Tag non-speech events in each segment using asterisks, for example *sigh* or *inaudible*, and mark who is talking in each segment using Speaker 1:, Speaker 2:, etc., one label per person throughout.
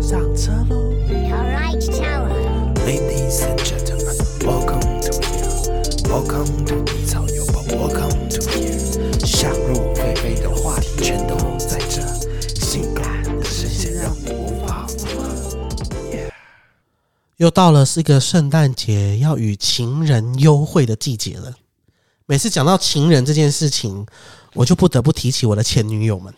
Speaker 1: 上车喽
Speaker 2: Your right tower.
Speaker 1: ，Ladies and gentlemen, welcome to here, welcome to 低潮有宝，welcome to here。想入非非的话题全都在这，性感的声线让你无法负荷。
Speaker 3: 又到了是一个圣诞节要与情人幽会的季节了。每次讲到情人这件事情，我就不得不提起我的前女友们。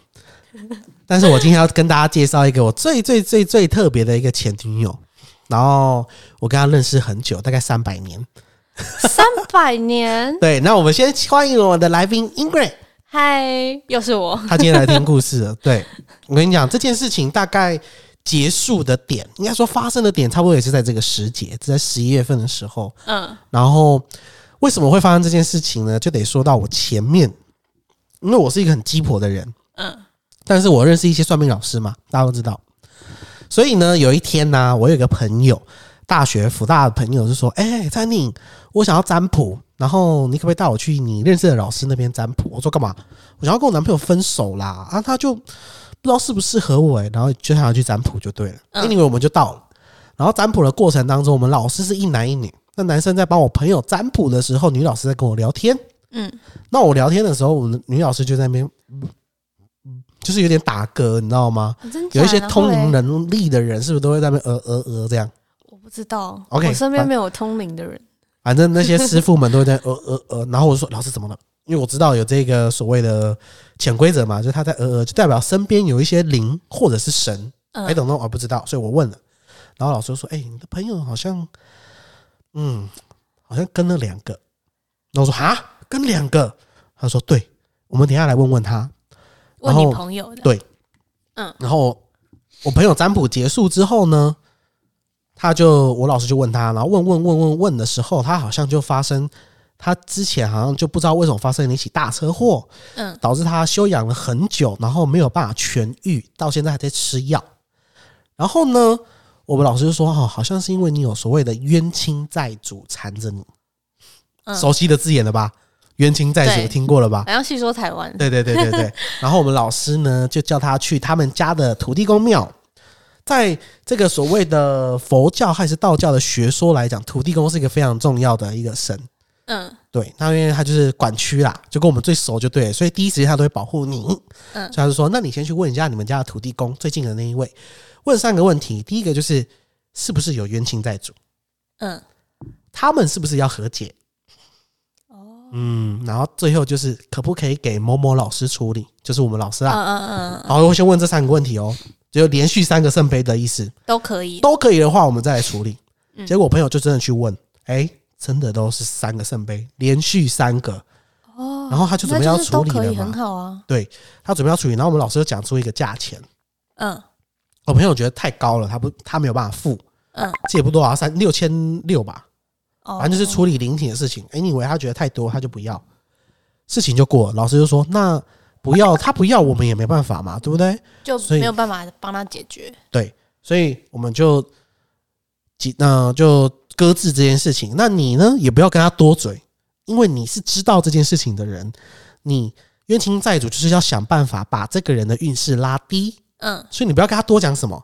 Speaker 3: 但是我今天要跟大家介绍一个我最最最最特别的一个前女友，然后我跟她认识很久，大概三百年。
Speaker 4: 三百 *laughs* 年，
Speaker 3: 对，那我们先欢迎我们的来宾 Ingrid，
Speaker 4: 嗨，又是我。
Speaker 3: 她今天来听故事了。对我跟你讲，这件事情大概结束的点，应该说发生的点，差不多也是在这个时节，在十一月份的时候。
Speaker 4: 嗯，
Speaker 3: 然后为什么会发生这件事情呢？就得说到我前面，因为我是一个很鸡婆的人，
Speaker 4: 嗯，
Speaker 3: 但是我认识一些算命老师嘛，大家都知道。所以呢，有一天呢、我有一个朋友，大学福大的朋友就说：“哎、詹宁，我想要占卜，然后你可不可以带我去你认识的老师那边占卜？”我说：“干嘛？我想要跟我男朋友分手啦！”啊，他就不知道适不适合我、欸，然后就想要去占卜就对了。
Speaker 4: 嗯
Speaker 3: anyway，我们就到了。然后占卜的过程当中，我们老师是一男一女。那男生在帮我朋友占卜的时候，女老师在跟我聊天。
Speaker 4: 嗯，
Speaker 3: 那我聊天的时候，我们女老师就在那边，嗯嗯就是有点打嗝，你知道吗？
Speaker 4: 哦真假
Speaker 3: 有一些
Speaker 4: 的
Speaker 3: 通灵，
Speaker 4: 会
Speaker 3: 能力的人，是不是都会在那边呃呃呃这样？
Speaker 4: 我不知道。
Speaker 3: OK，
Speaker 4: 我身边
Speaker 3: 反
Speaker 4: 没有通灵的人。
Speaker 3: 反正那些师傅们都会在呃呃呃，然后我就说老师怎么了？因为我知道有这个所谓的潜规则嘛，就是他在呃呃，就代表身边有一些灵或者是神，
Speaker 4: 嗯
Speaker 3: 哎，等等，我不知道，所以我问了，然后老师就说，哎、你的朋友好像，嗯，好像跟了两个，然后我说哈，跟两个，他说对，我们等一下来问问他，然
Speaker 4: 问你
Speaker 3: 后
Speaker 4: 朋友的，
Speaker 3: 对
Speaker 4: 嗯
Speaker 3: 然后我朋友占卜结束之后呢，他就我老师就问他，然后问问问问问的时候，他好像就发生，他之前好像就不知道为什么发生了一起大车祸，
Speaker 4: 嗯，
Speaker 3: 导致他休养了很久，然后没有办法痊愈，到现在还在吃药。然后呢，我们老师就说，哦，好像是因为你有所谓的冤亲债主缠着你，
Speaker 4: 嗯
Speaker 3: 熟悉的字眼了吧？冤亲债主
Speaker 4: 对
Speaker 3: 听过了吧？
Speaker 4: 好像细说台 *laughs* 湾。
Speaker 3: 对对对对对。然后我们老师呢，就叫他去他们家的土地公庙。在这个所谓的佛教还是道教的学说来讲，土地公是一个非常重要的一个神。
Speaker 4: 嗯
Speaker 3: 对，那因为他就是管区啦，就跟我们最熟就对了，所以第一时间他都会保护你。嗯，所以他就说，那你先去问一下你们家的土地公最近的那一位，问三个问题。第一个就是是不是有冤亲债主，
Speaker 4: 嗯，
Speaker 3: 他们是不是要和解？
Speaker 4: 哦，
Speaker 3: 嗯，然后最后就是可不可以给某某老师处理，就是我们老师
Speaker 4: 嗯
Speaker 3: 啊。
Speaker 4: 嗯嗯嗯，
Speaker 3: 好，我先问这三个问题哦，只有连续三个圣杯的意思，
Speaker 4: 都可以。
Speaker 3: 都可以的话，我们再来处理。
Speaker 4: 嗯
Speaker 3: 结果我朋友就真的去问，哎，真的都是三个圣杯，连续三个，
Speaker 4: 哦，
Speaker 3: 然后他就准备要
Speaker 4: 那是
Speaker 3: 处理
Speaker 4: 都可
Speaker 3: 了
Speaker 4: 以，很
Speaker 3: 嘛？
Speaker 4: 好啊。
Speaker 3: 对他准备要处理，然后我们老师就讲出一个价钱，
Speaker 4: 嗯
Speaker 3: 我朋友觉得太高了，他不他没有办法付，
Speaker 4: 嗯，
Speaker 3: 这也不多少，三六千六吧，
Speaker 4: 哦，
Speaker 3: 反正就是处理灵体的事情。anyway，他觉得太多，他就不要，事情就过了。老师就说，那不要他不要，我们也没办法嘛，对不对？
Speaker 4: 就
Speaker 3: 所以
Speaker 4: 没有办法帮他解决。
Speaker 3: 对，所以我们就几呃就搁置这件事情。那你呢，也不要跟他多嘴，因为你是知道这件事情的人，你冤亲债主就是要想办法把这个人的运势拉低，
Speaker 4: 嗯，
Speaker 3: 所以你不要跟他多讲什么，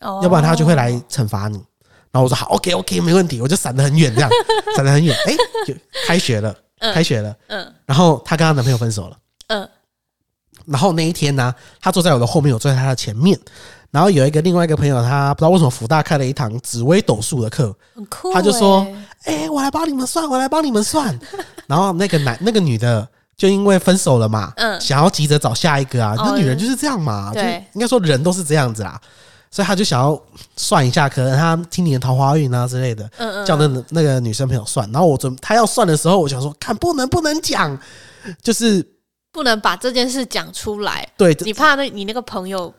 Speaker 4: 哦，
Speaker 3: 要不然他就会来惩罚你。然后我说好，OK OK，没问题，我就闪得很远，这样闪得很远。哎、就开学了，开学了，
Speaker 4: 嗯
Speaker 3: 然后她跟她男朋友分手了。
Speaker 4: 嗯
Speaker 3: 然后那一天呢、他坐在我的后面，我坐在他的前面。然后有一个另外一个朋友，他不知道为什么福大开了一堂紫微斗数的课， *laughs*
Speaker 4: 很酷欸。
Speaker 3: 他就说哎、我来帮你们算，我来帮你们算。
Speaker 4: *laughs*
Speaker 3: 然后那个男那个女的就因为分手了嘛，
Speaker 4: 嗯
Speaker 3: 想要急着找下一个啊，
Speaker 4: 哦
Speaker 3: 那女人就是这样嘛，
Speaker 4: 对
Speaker 3: 就是应该说人都是这样子啦，所以他就想要算一下，可能他今年桃花运啊之类的，
Speaker 4: 嗯嗯，
Speaker 3: 叫那那个女生朋友算。然后我准他要算的时候，我想说，看不能不能讲，就是
Speaker 4: 不能把这件事讲出来，
Speaker 3: 对
Speaker 4: 你怕那你那个朋友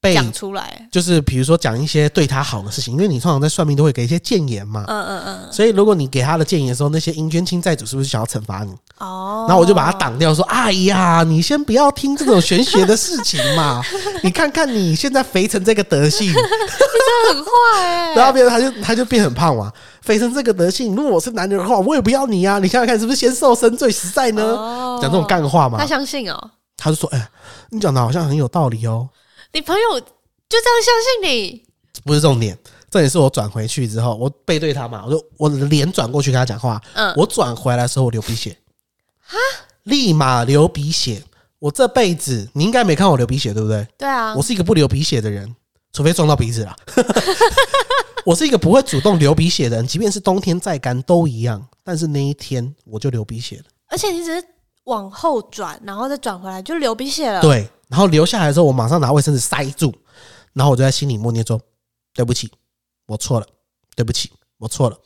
Speaker 3: 被
Speaker 4: 讲出来。
Speaker 3: 就是比如说讲一些对他好的事情，因为你通常在算命都会给一些谏言嘛，
Speaker 4: 嗯嗯嗯，
Speaker 3: 所以如果你给他的谏言的时候，那些阴间亲债主是不是想要惩罚你？
Speaker 4: 哦，
Speaker 3: 然后我就把他挡掉，说：“哎呀，你先不要听这种玄学的事情
Speaker 4: *laughs*
Speaker 3: 嘛，你看看你现在肥成这个德性，
Speaker 4: 很坏哎、
Speaker 3: 然后变成他就他就变很胖嘛，肥成这个德性，如果我是男人的话，我也不要你啊！你想想看，是不是先瘦身最实在呢？
Speaker 4: 哦
Speaker 3: 讲这种干话嘛
Speaker 4: 他，相信哦，
Speaker 3: 他就说：哎，你讲的好像很有道理哦。”
Speaker 4: 你朋友就这样相信你，
Speaker 3: 不是重点，重点是我转回去之后，我背对他嘛，我就我的脸转过去跟他讲话，
Speaker 4: 嗯
Speaker 3: 我转回来的时候我流鼻血，立马流鼻血。我这辈子你应该没看我流鼻血，对不对？
Speaker 4: 对啊
Speaker 3: 我，是一个不流鼻血的人，除非撞到鼻子啦。 *laughs* 我是一个不会主动流鼻血的人，即便是冬天再干都一样。但是那一天我就流鼻血了，
Speaker 4: 而且你只是往后转，然后再转回来就流鼻血了。，
Speaker 3: 对，然后流下来的时候，我马上拿卫生纸塞住，然后我就在心里默念说：“对不起，我错了，对不起，我错了。”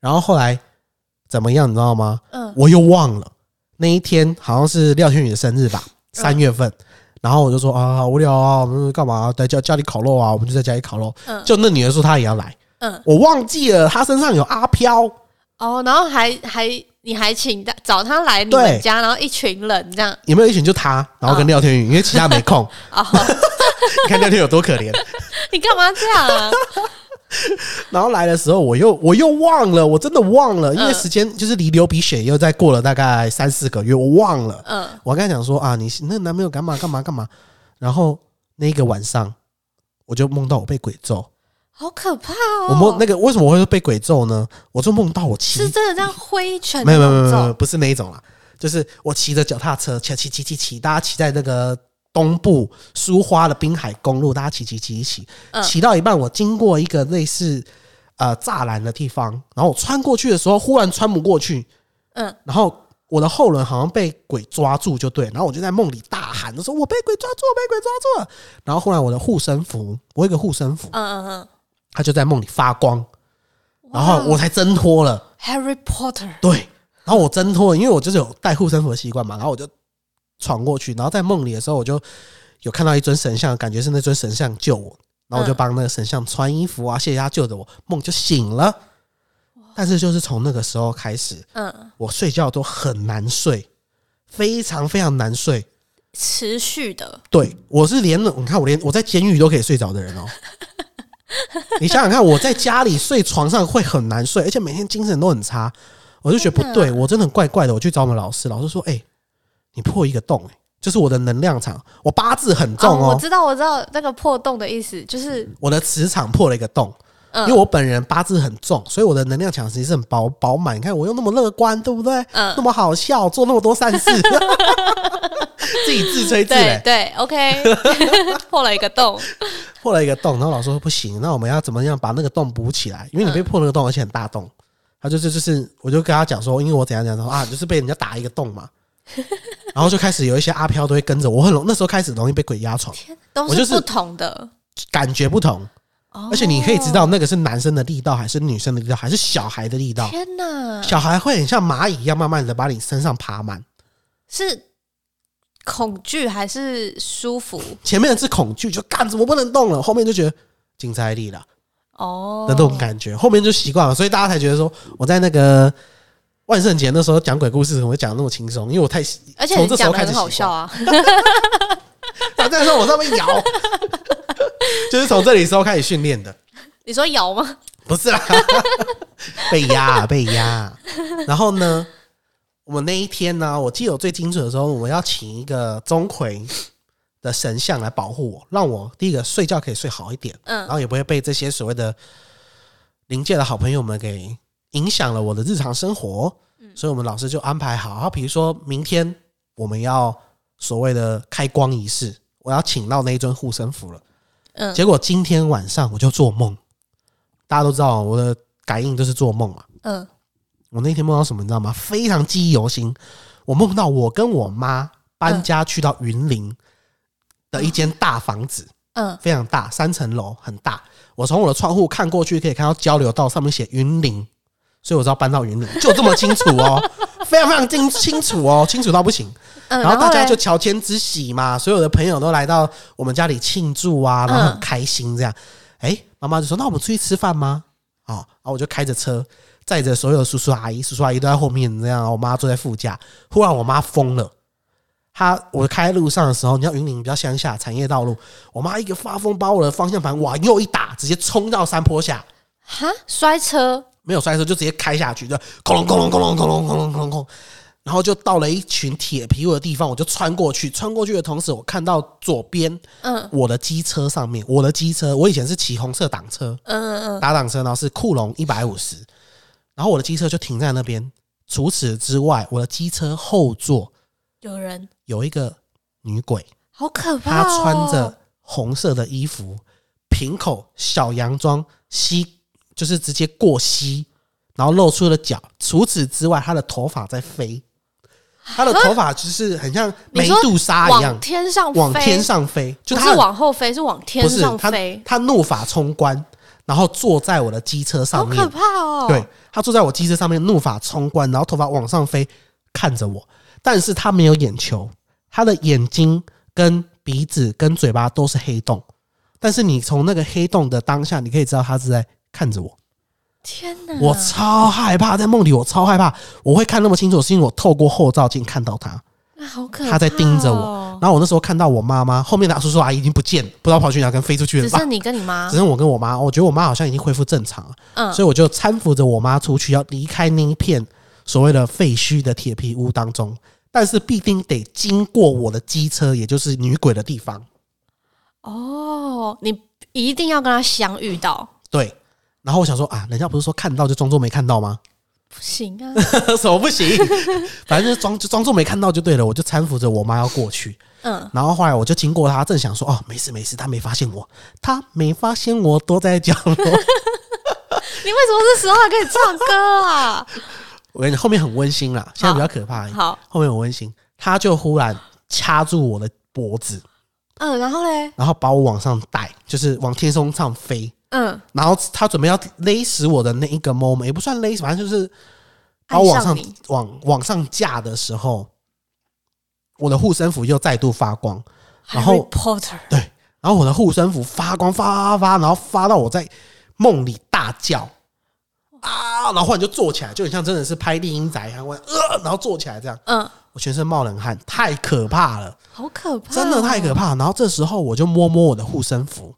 Speaker 3: 然后后来怎么样，你知道吗？
Speaker 4: 嗯，
Speaker 3: 我又忘了那一天好像是廖天宇的生日吧，三月份。然后我就说啊，好无聊啊，我们干嘛、在家家里烤肉啊，我们就在家里烤肉。
Speaker 4: 嗯
Speaker 3: 就那女的说她也要来，
Speaker 4: 嗯，
Speaker 3: 我忘记了她身上有阿飘，
Speaker 4: 哦，然后还还你还请他找他来你
Speaker 3: 对
Speaker 4: 们家，然后一群人这样。
Speaker 3: 有没有一群就她，然后跟
Speaker 4: 嗯
Speaker 3: 廖天宇，因为其他没
Speaker 4: *laughs*
Speaker 3: 空。
Speaker 4: 哦，
Speaker 3: 你看廖天宇有多可怜。
Speaker 4: 你干嘛这样啊？
Speaker 3: 然后来的时候，我又我又忘了，我真的忘了，因为
Speaker 4: 嗯
Speaker 3: 时间就是离流鼻血又再过了大概三四个月，我忘了。
Speaker 4: 嗯，
Speaker 3: 我跟他讲说啊，你是那男朋友干嘛干嘛干嘛，然后那个晚上我就梦到我被鬼咒。
Speaker 4: 好可怕哦！
Speaker 3: 我梦那个为什么我会被鬼咒呢？我就梦到我骑
Speaker 4: 是真的这样挥拳
Speaker 3: 没有没有没有没
Speaker 4: 那种
Speaker 3: 有没有，不是那一种啦，就是我骑着脚踏车骑骑骑骑骑，大家骑在那个东部苏花的滨海公路，大家骑骑骑骑骑，
Speaker 4: 嗯
Speaker 3: 骑到一半，我经过一个类似呃栅栏的地方，然后我穿过去的时候，忽然穿不过去，
Speaker 4: 嗯，
Speaker 3: 然后我的后轮好像被鬼抓住，就对，然后我就在梦里大喊，就说我被鬼抓住，我被鬼抓住了。然后后来我的护身符，我有一个护身符，
Speaker 4: 嗯嗯
Speaker 3: 它就在梦里发光，
Speaker 4: 嗯，
Speaker 3: 然后我才挣脱了。
Speaker 4: 哇 Harry Potter，
Speaker 3: 对，然后我挣脱了，因为我就是有带护身符的习惯嘛，然后我就闯过去，然后在梦里的时候，我就有看到一尊神像，感觉是那尊神像救我，然后我就
Speaker 4: 嗯
Speaker 3: 帮那个神像穿衣服啊，谢谢他救的我，梦就醒了。但是就是从那个时候开始，
Speaker 4: 嗯，
Speaker 3: 我睡觉都很难睡，非常非常难睡。
Speaker 4: 持续的，
Speaker 3: 对，我是连你看我连我在监狱都可以睡着的人
Speaker 4: *laughs*
Speaker 3: 哦。你想想看，我在家里睡床上会很难睡，而且每天精神都很差，我就觉得不对，
Speaker 4: 真
Speaker 3: 我真的很怪怪的。我去找我们老师，老师说：“哎、你破一个洞、哎，就是我的能量场，我八字很重
Speaker 4: 哦，
Speaker 3: 哦，
Speaker 4: 我知道，我知道那个破洞的意思，就是
Speaker 3: 我的磁场破了一个洞。”因
Speaker 4: 嗯
Speaker 3: 为我本人八字很重，所以我的能量场其实很饱饱满。你看我又那么乐观，对不对？
Speaker 4: 嗯
Speaker 3: 那么好笑，做那么多善事，
Speaker 4: *laughs*
Speaker 3: 自己自吹自擂
Speaker 4: 对。对，OK，
Speaker 3: *laughs*
Speaker 4: 破了一个洞，
Speaker 3: 破了一个洞，然后老师说不行，那我们要怎么样把那个洞补起来？因为
Speaker 4: 嗯
Speaker 3: 你被破了个洞，而且很大洞。他就是就是，我就跟他讲说，因为我怎样怎样，他说啊，就是被人家打一个洞嘛。然后就开始有一些阿飘都会跟着我，我很容那时候开始容易被鬼压
Speaker 4: *laughs*
Speaker 3: 床，
Speaker 4: 都
Speaker 3: 我就是是
Speaker 4: 不同的，
Speaker 3: 感觉不同，
Speaker 4: 哦
Speaker 3: 而且你可以知道那个是男生的力道，还是女生的力道，还是小孩的力道。
Speaker 4: 天哪，
Speaker 3: 小孩会很像蚂蚁一样，慢慢的把你身上爬满。
Speaker 4: 是恐惧还是舒服？
Speaker 3: 前面的是恐惧，就干怎么不能动了，后面就觉得尽在力了。
Speaker 4: 哦，
Speaker 3: 的那种感觉，后面就习惯了，所以大家才觉得说我在那个万圣节那时候讲鬼故事，怎么会讲得那么轻松？因为我太习
Speaker 4: 而且
Speaker 3: 从
Speaker 4: 你
Speaker 3: 这时
Speaker 4: 讲
Speaker 3: 候
Speaker 4: 的
Speaker 3: 开始
Speaker 4: 很好
Speaker 3: 习
Speaker 4: 笑
Speaker 3: 惯， *laughs*
Speaker 4: 啊，
Speaker 3: 反正说我上面摇， *laughs* 就是从这里时候开始训练的，
Speaker 4: 你说摇吗？
Speaker 3: 不是啦， *laughs* 被压啊被压。然后呢，我们那一天呢、我记得我最清楚的时候，我们要请一个钟馗的神像来保护我，让我第一个睡觉可以睡好一点，然
Speaker 4: 嗯
Speaker 3: 后也不会被这些所谓的灵界的好朋友们给影响了我的日常生活。所以我们老师就安排好，啊比如说明天我们要所谓的开光仪式，我要请到那一尊护身符了。
Speaker 4: 嗯，
Speaker 3: 结果今天晚上我就做梦，大家都知道我的感应就是做梦嘛。
Speaker 4: 嗯，
Speaker 3: 我那天梦到什么，你知道吗？非常记忆犹新。我梦到我跟我妈搬家去到云林的一间大房子，
Speaker 4: 嗯，
Speaker 3: 非常大，三层楼，很大。我从我的窗户看过去，可以看到交流道上面写云林，所以我知道搬到云林，就这么清楚
Speaker 4: *laughs*
Speaker 3: 哦，非常非常清清楚哦，清楚到不行。
Speaker 4: 嗯，
Speaker 3: 然后大家
Speaker 4: 嘞
Speaker 3: 就乔迁之喜嘛，所有的朋友都来到我们家里庆祝啊，然后很开心这样。哎、妈妈就说：“那我们出去吃饭吗？”哦，然后我就开着车载着所有的叔叔阿姨，叔叔阿姨都在后面这样，我妈坐在副驾。忽然我妈疯了，她我开路上的时候，你知道云林比较乡下产业道路，我妈一个发疯把我的方向盘往右一打，直接冲到山坡下。
Speaker 4: 哈摔车，
Speaker 3: 没有摔车，就直接开下去，就轰隆轰隆轰隆轰隆轰隆轰隆轰。然后就到了一群铁皮屋的地方，我就穿过去。穿过去的同时，我看到左边，
Speaker 4: 嗯
Speaker 3: 我的机车上面，我的机车，我以前是骑红色挡车，
Speaker 4: 嗯嗯
Speaker 3: 打挡车，然后是库龙一百五十，然后我的机车就停在那边。除此之外，我的机车后座
Speaker 4: 有人，
Speaker 3: 有一个女鬼，
Speaker 4: 好可怕、
Speaker 3: 她
Speaker 4: 哦！
Speaker 3: 穿着红色的衣服，平口小洋装，膝就是直接过膝，然后露出了脚。除此之外，她的头发在飞，她的头发就是很像
Speaker 4: 你
Speaker 3: 梅
Speaker 4: 说
Speaker 3: 杜莎一样
Speaker 4: 往天上飞
Speaker 3: 往天，上飞，就
Speaker 4: 不
Speaker 3: 她
Speaker 4: 是
Speaker 3: 的
Speaker 4: 往后飞，是往天
Speaker 3: 不是
Speaker 4: 上
Speaker 3: 她
Speaker 4: 飞，
Speaker 3: 她怒发冲冠，然后坐在我的机车
Speaker 4: 好
Speaker 3: 上面
Speaker 4: 可，怕哦！
Speaker 3: 对，他坐在我机车上面，怒发冲冠，然后头发往上飞，看着我。但是他没有眼球，他的眼睛、跟鼻子、跟嘴巴都是黑洞。但是你从那个黑洞的当下，你可以知道他是在看着我。
Speaker 4: 天哪！
Speaker 3: 我超害怕，在梦里我超害怕。我会看那么清楚，是因为我透过后照镜看到他，
Speaker 4: 那好可怕、哦！
Speaker 3: 他在盯着我。然，后我那时候看到我妈妈后面的叔叔阿姨已经不见了，不知道跑去哪，跟飞出去
Speaker 4: 只
Speaker 3: 了吧
Speaker 4: 剩。你跟你妈
Speaker 3: 只，剩我跟我妈，我觉得我妈好像已经恢复正常了。
Speaker 4: 嗯
Speaker 3: 所以我就搀扶着我妈出去，要离开那一片所谓的废墟的铁皮屋当中，但是必定得经过我的机车，也就是女鬼的地方。
Speaker 4: 哦，你一定要跟他相遇到，
Speaker 3: 对，然后我想说啊，人家不是说看到就装作没看到吗？ *laughs*
Speaker 4: 不行啊！
Speaker 3: 什么不行？ *laughs* 反正就装就装作没看到就对了。我就搀扶着我妈要过去，
Speaker 4: 嗯，
Speaker 3: 然后后来我就经过她，正想说哦，没事没事，她没发现我，她没发现我躲在角落。
Speaker 4: 你为什么这时候还可以唱歌啊？
Speaker 3: 我跟你讲后面很温馨啦，现在比较可怕而已。
Speaker 4: 好，
Speaker 3: 后面很温馨，她就忽然掐住我的脖子。
Speaker 4: 嗯，然后嘞，
Speaker 3: 然后把我往上带，就是往天空上飞。
Speaker 4: 嗯，
Speaker 3: 然后他准备要勒死我的那一个 moment，也不算勒死，反正就是把我
Speaker 4: 爱
Speaker 3: 往上
Speaker 4: 你，
Speaker 3: 往往上架的时候，我的护身符又再度发光，然后
Speaker 4: Harry Potter，
Speaker 3: 对，然后我的护身符发光发发发，然后发到我在梦里大叫啊，然后忽然就坐起来，就很像真的是拍丽英仔一样，我呃，然后坐起来这样，
Speaker 4: 嗯，
Speaker 3: 我全身冒冷汗，太可怕了，
Speaker 4: 好可怕、哦
Speaker 3: 真的太可
Speaker 4: 怕，
Speaker 3: 怕。然后这时候我就摸摸我的护身符，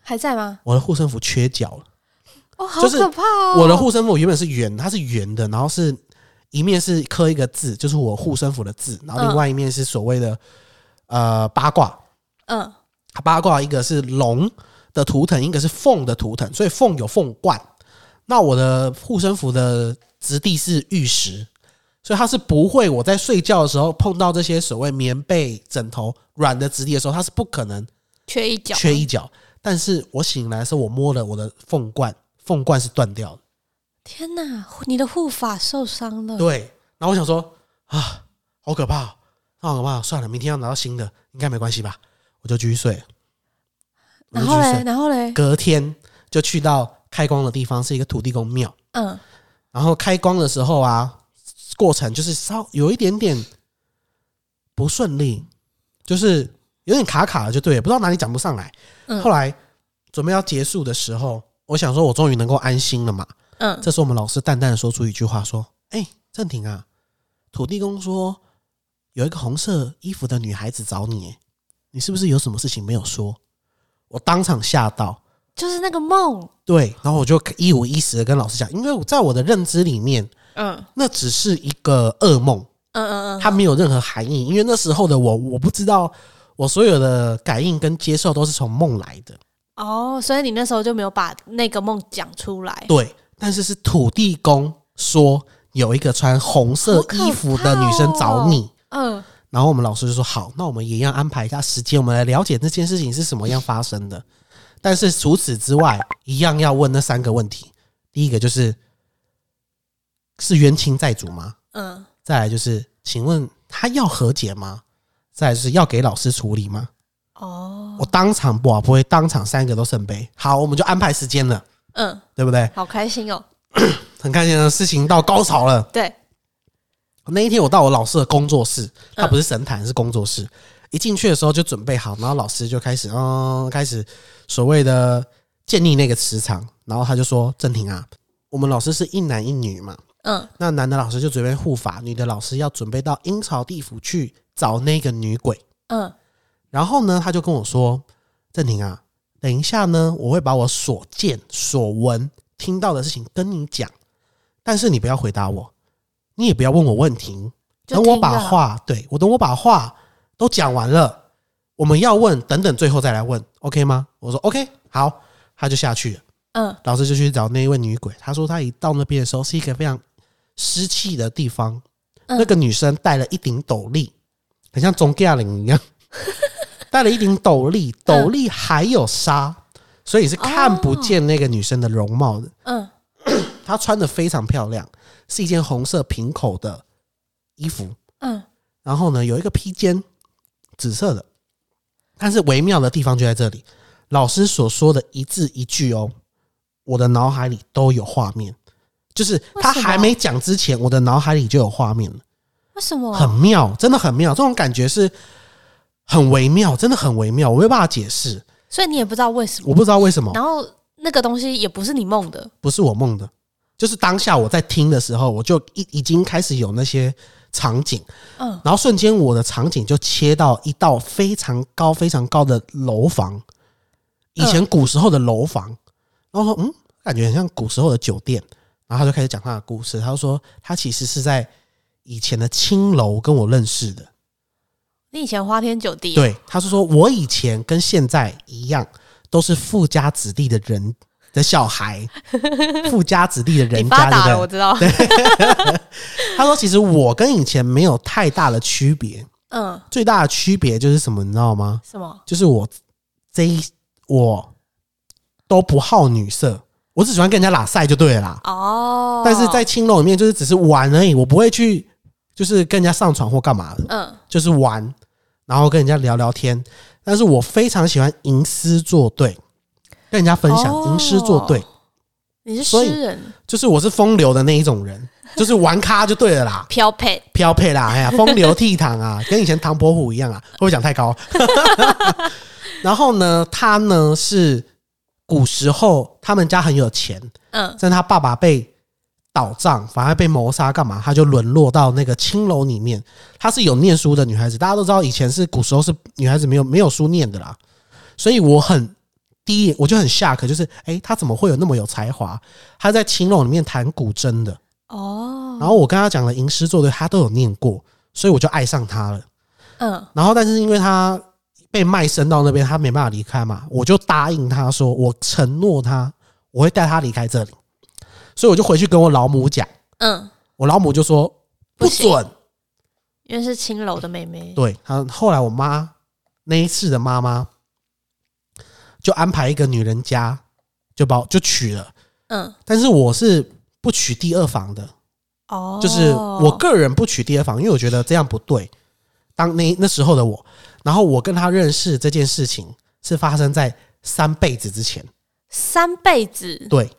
Speaker 4: 还在吗？
Speaker 3: 我的护身符缺角了。
Speaker 4: 哦，好
Speaker 3: 就是
Speaker 4: 可怕哦！
Speaker 3: 我的护身符原本是圆，它是圆的，然后是一面是刻一个字，就是我护身符的字，然后另外一面是所谓的、呃八卦，
Speaker 4: 嗯
Speaker 3: 八卦一个是龙的图腾，一个是凤的图腾，所以凤有凤冠。那我的护身符的质地是玉石，所以它是不会我在睡觉的时候碰到这些所谓棉被、枕头软的质地的时候，它是不可能
Speaker 4: 缺一角，
Speaker 3: 缺一角。但是我醒来的时候，我摸了我的凤冠，凤冠是断掉的。
Speaker 4: 天哪，你的护法受伤了，
Speaker 3: 对，然后我想说啊，好可怕哦，那好可怕哦，算了，明天要拿到新的，应该没关系吧？我就继续睡了，我
Speaker 4: 然
Speaker 3: 就继
Speaker 4: 后
Speaker 3: 续
Speaker 4: 嘞，
Speaker 3: 睡。
Speaker 4: 然后嘞，
Speaker 3: 隔天就去到开光的地方，是一个土地公庙。
Speaker 4: 嗯，
Speaker 3: 然后开光的时候啊，过程就是稍有一点点不顺利，就是有点卡卡的，就对了，不知道哪里讲不上来。
Speaker 4: 嗯
Speaker 3: 后来准备要结束的时候，我想说，我终于能够安心了嘛。
Speaker 4: 嗯，
Speaker 3: 这时候我们老师淡淡的说出一句话，说：“哎、郑婷啊，土地公说有一个红色衣服的女孩子找你，哎你是不是有什么事情没有说？”我当场吓到，
Speaker 4: 就是那个梦，
Speaker 3: 对，然后我就一五一十的跟老师讲，因为我在我的认知里面，
Speaker 4: 嗯
Speaker 3: 那只是一个噩梦，
Speaker 4: 嗯嗯嗯，
Speaker 3: 它没有任何含义。因为那时候的我，我不知道我所有的感应跟接受都是从梦来的，
Speaker 4: 哦，所以你那时候就没有把那个梦讲出来，
Speaker 3: 对，但是是土地公说有一个穿红色衣服的女生找你，
Speaker 4: 嗯
Speaker 3: 然后我们老师就说好，那我们也要安排一下时间，我们来了解这件事情是什么样发生的。但是除此之外，一样要问那三个问题。第一个就是是冤亲债主吗？
Speaker 4: 嗯，
Speaker 3: 再来就是，请问他要和解吗？再来就是要给老师处理吗？
Speaker 4: 哦，
Speaker 3: 我当场不好不会，当场三个都圣杯。好，我们就安排时间了，
Speaker 4: 嗯，
Speaker 3: 对不对？
Speaker 4: 好开心哦，
Speaker 3: 很开心的事情到高潮了。
Speaker 4: 对，
Speaker 3: 那一天我到我老师的工作室，他不是神坛，是工作室。一进去的时候就准备好，然后老师就开始，嗯，开始所谓的建立那个磁场。然后他就说：“郑婷啊，我们老师是一男一女嘛，
Speaker 4: 嗯
Speaker 3: 那男的老师就准备护法，女的老师要准备到阴曹地府去找那个女鬼。
Speaker 4: 嗯，
Speaker 3: 然后呢，他就跟我说：“郑婷啊，等一下呢，我会把我所见所闻听到的事情跟你讲，但是你不要回答我，你也不要问我问题，
Speaker 4: 就
Speaker 3: 等我
Speaker 4: 听就
Speaker 3: 把
Speaker 4: 好
Speaker 3: 话，对我等我把话都讲完了，我们要问，等等最后再来问，OK 吗？我说 OK，好，他就下去了。
Speaker 4: 嗯
Speaker 3: 老师就去找那一位女鬼，她说她一到那边的时候是一个非常湿气的地方，
Speaker 4: 嗯
Speaker 3: 那个女生戴了一顶斗笠，很像钟嘉玲一样，戴了一顶斗笠，斗笠还有纱，所以你是看不见那个女生的容貌的。
Speaker 4: 嗯
Speaker 3: 她穿的非常漂亮，是一件红色平口的衣服，
Speaker 4: 嗯，
Speaker 3: 然后呢有一个披肩，紫色的。但是微妙的地方就在这里，老师所说的一字一句哦，我的脑海里都有画面，就是他
Speaker 4: 为什么
Speaker 3: 还没讲之前，我的脑海里就有画面了。
Speaker 4: 为什么？
Speaker 3: 很妙，真的很妙，这种感觉是很微妙，真的很微妙，我没有办法解释，
Speaker 4: 所以你也不知道为什么。
Speaker 3: 我不知道为什么
Speaker 4: 然后那个东西也不是你梦的，
Speaker 3: 不是我梦的，就是当下我在听的时候，我就已已经开始有那些场景，
Speaker 4: 嗯
Speaker 3: 然后瞬间我的场景就切到一道非常高、非常高的楼房，以前古时候的楼房，然后说嗯，感觉很像古时候的酒店，然后他就开始讲他的故事，他就说他其实是在以前的青楼跟我认识的。
Speaker 4: 你以前花天酒地，，
Speaker 3: 对，他是说我以前跟现在一样，都是富家子弟的人的小
Speaker 4: *laughs*
Speaker 3: 孩，富家子弟的
Speaker 4: 你
Speaker 3: 人
Speaker 4: 发
Speaker 3: 家，
Speaker 4: 达了，
Speaker 3: 对
Speaker 4: 我
Speaker 3: 不对？
Speaker 4: 知道。
Speaker 3: 他说其实我跟以前没有太大的区别，
Speaker 4: *laughs* 嗯，
Speaker 3: 最大的区别就是什么，你知道吗？
Speaker 4: 什么？
Speaker 3: 就是我这一我都不好女色，我只喜欢跟人家拉塞就对了啦。
Speaker 4: 哦，
Speaker 3: 但是在青楼里面，就是只是玩而已，我不会去就是跟人家上床或干嘛的。
Speaker 4: 嗯
Speaker 3: 就是玩，然后跟人家聊聊天。但是我非常喜欢吟诗作对，跟人家分享
Speaker 4: 哦
Speaker 3: 吟诗作对，
Speaker 4: 你是
Speaker 3: 所以
Speaker 4: 诗人，，
Speaker 3: 就是我是风流的那一种人， *laughs* 就是玩咖就对了啦
Speaker 4: 飘配，
Speaker 3: 飘配啦，
Speaker 4: *laughs*
Speaker 3: 哎呀，风流倜傥啊，跟以前唐伯虎一样啊，会不会讲太高？ *laughs* 然后呢，他呢是古时候他们家很有钱，
Speaker 4: 嗯
Speaker 3: 但他爸爸被倒账，反而被谋杀，干嘛？他就沦落到那个青楼里面。她是有念书的女孩子，大家都知道，以前是古时候是女孩子没有没有书念的啦。所以我很第一眼我就很下课，就是诶，她怎么会有那么有才华？她在青楼里面弹古筝的，
Speaker 4: 哦，
Speaker 3: 然后我跟她讲了吟诗作对，她都有念过，所以我就爱上她了。
Speaker 4: 嗯
Speaker 3: 然后但是因为他被卖身到那边，他没办法离开嘛，我就答应他说，我承诺他，我会带他离开这里，所以我就回去跟我老母讲，
Speaker 4: 嗯，
Speaker 3: 我老母就说不
Speaker 4: 不行
Speaker 3: 准，
Speaker 4: 因为是青楼的妹妹，
Speaker 3: 对，他后来我妈那一次的妈妈就安排一个女人家，就把我就娶了，
Speaker 4: 嗯
Speaker 3: 但是我是不娶第二房的，
Speaker 4: 哦，
Speaker 3: 就是我个人不娶第二房，因为我觉得这样不对。当那那时候的我，然后我跟他认识这件事情是发生在三辈子之前，
Speaker 4: 三辈子，
Speaker 3: 对。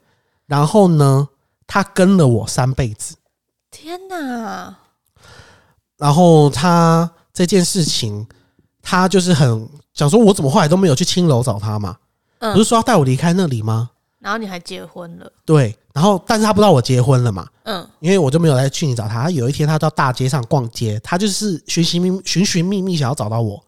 Speaker 3: 然后呢，他跟了我三辈子，
Speaker 4: 天哪，
Speaker 3: 然后他这件事情，他就是很想说，我怎么后来都没有去青楼找他嘛？
Speaker 4: 嗯
Speaker 3: 不是说要带我离开那里吗？
Speaker 4: 然后你还结婚了，
Speaker 3: 对。然后，但是他不知道我结婚了嘛？
Speaker 4: 嗯
Speaker 3: 因为我就没有再去你找他。他有一天他到大街上逛街，他就是寻寻觅寻寻觅觅想要找到我，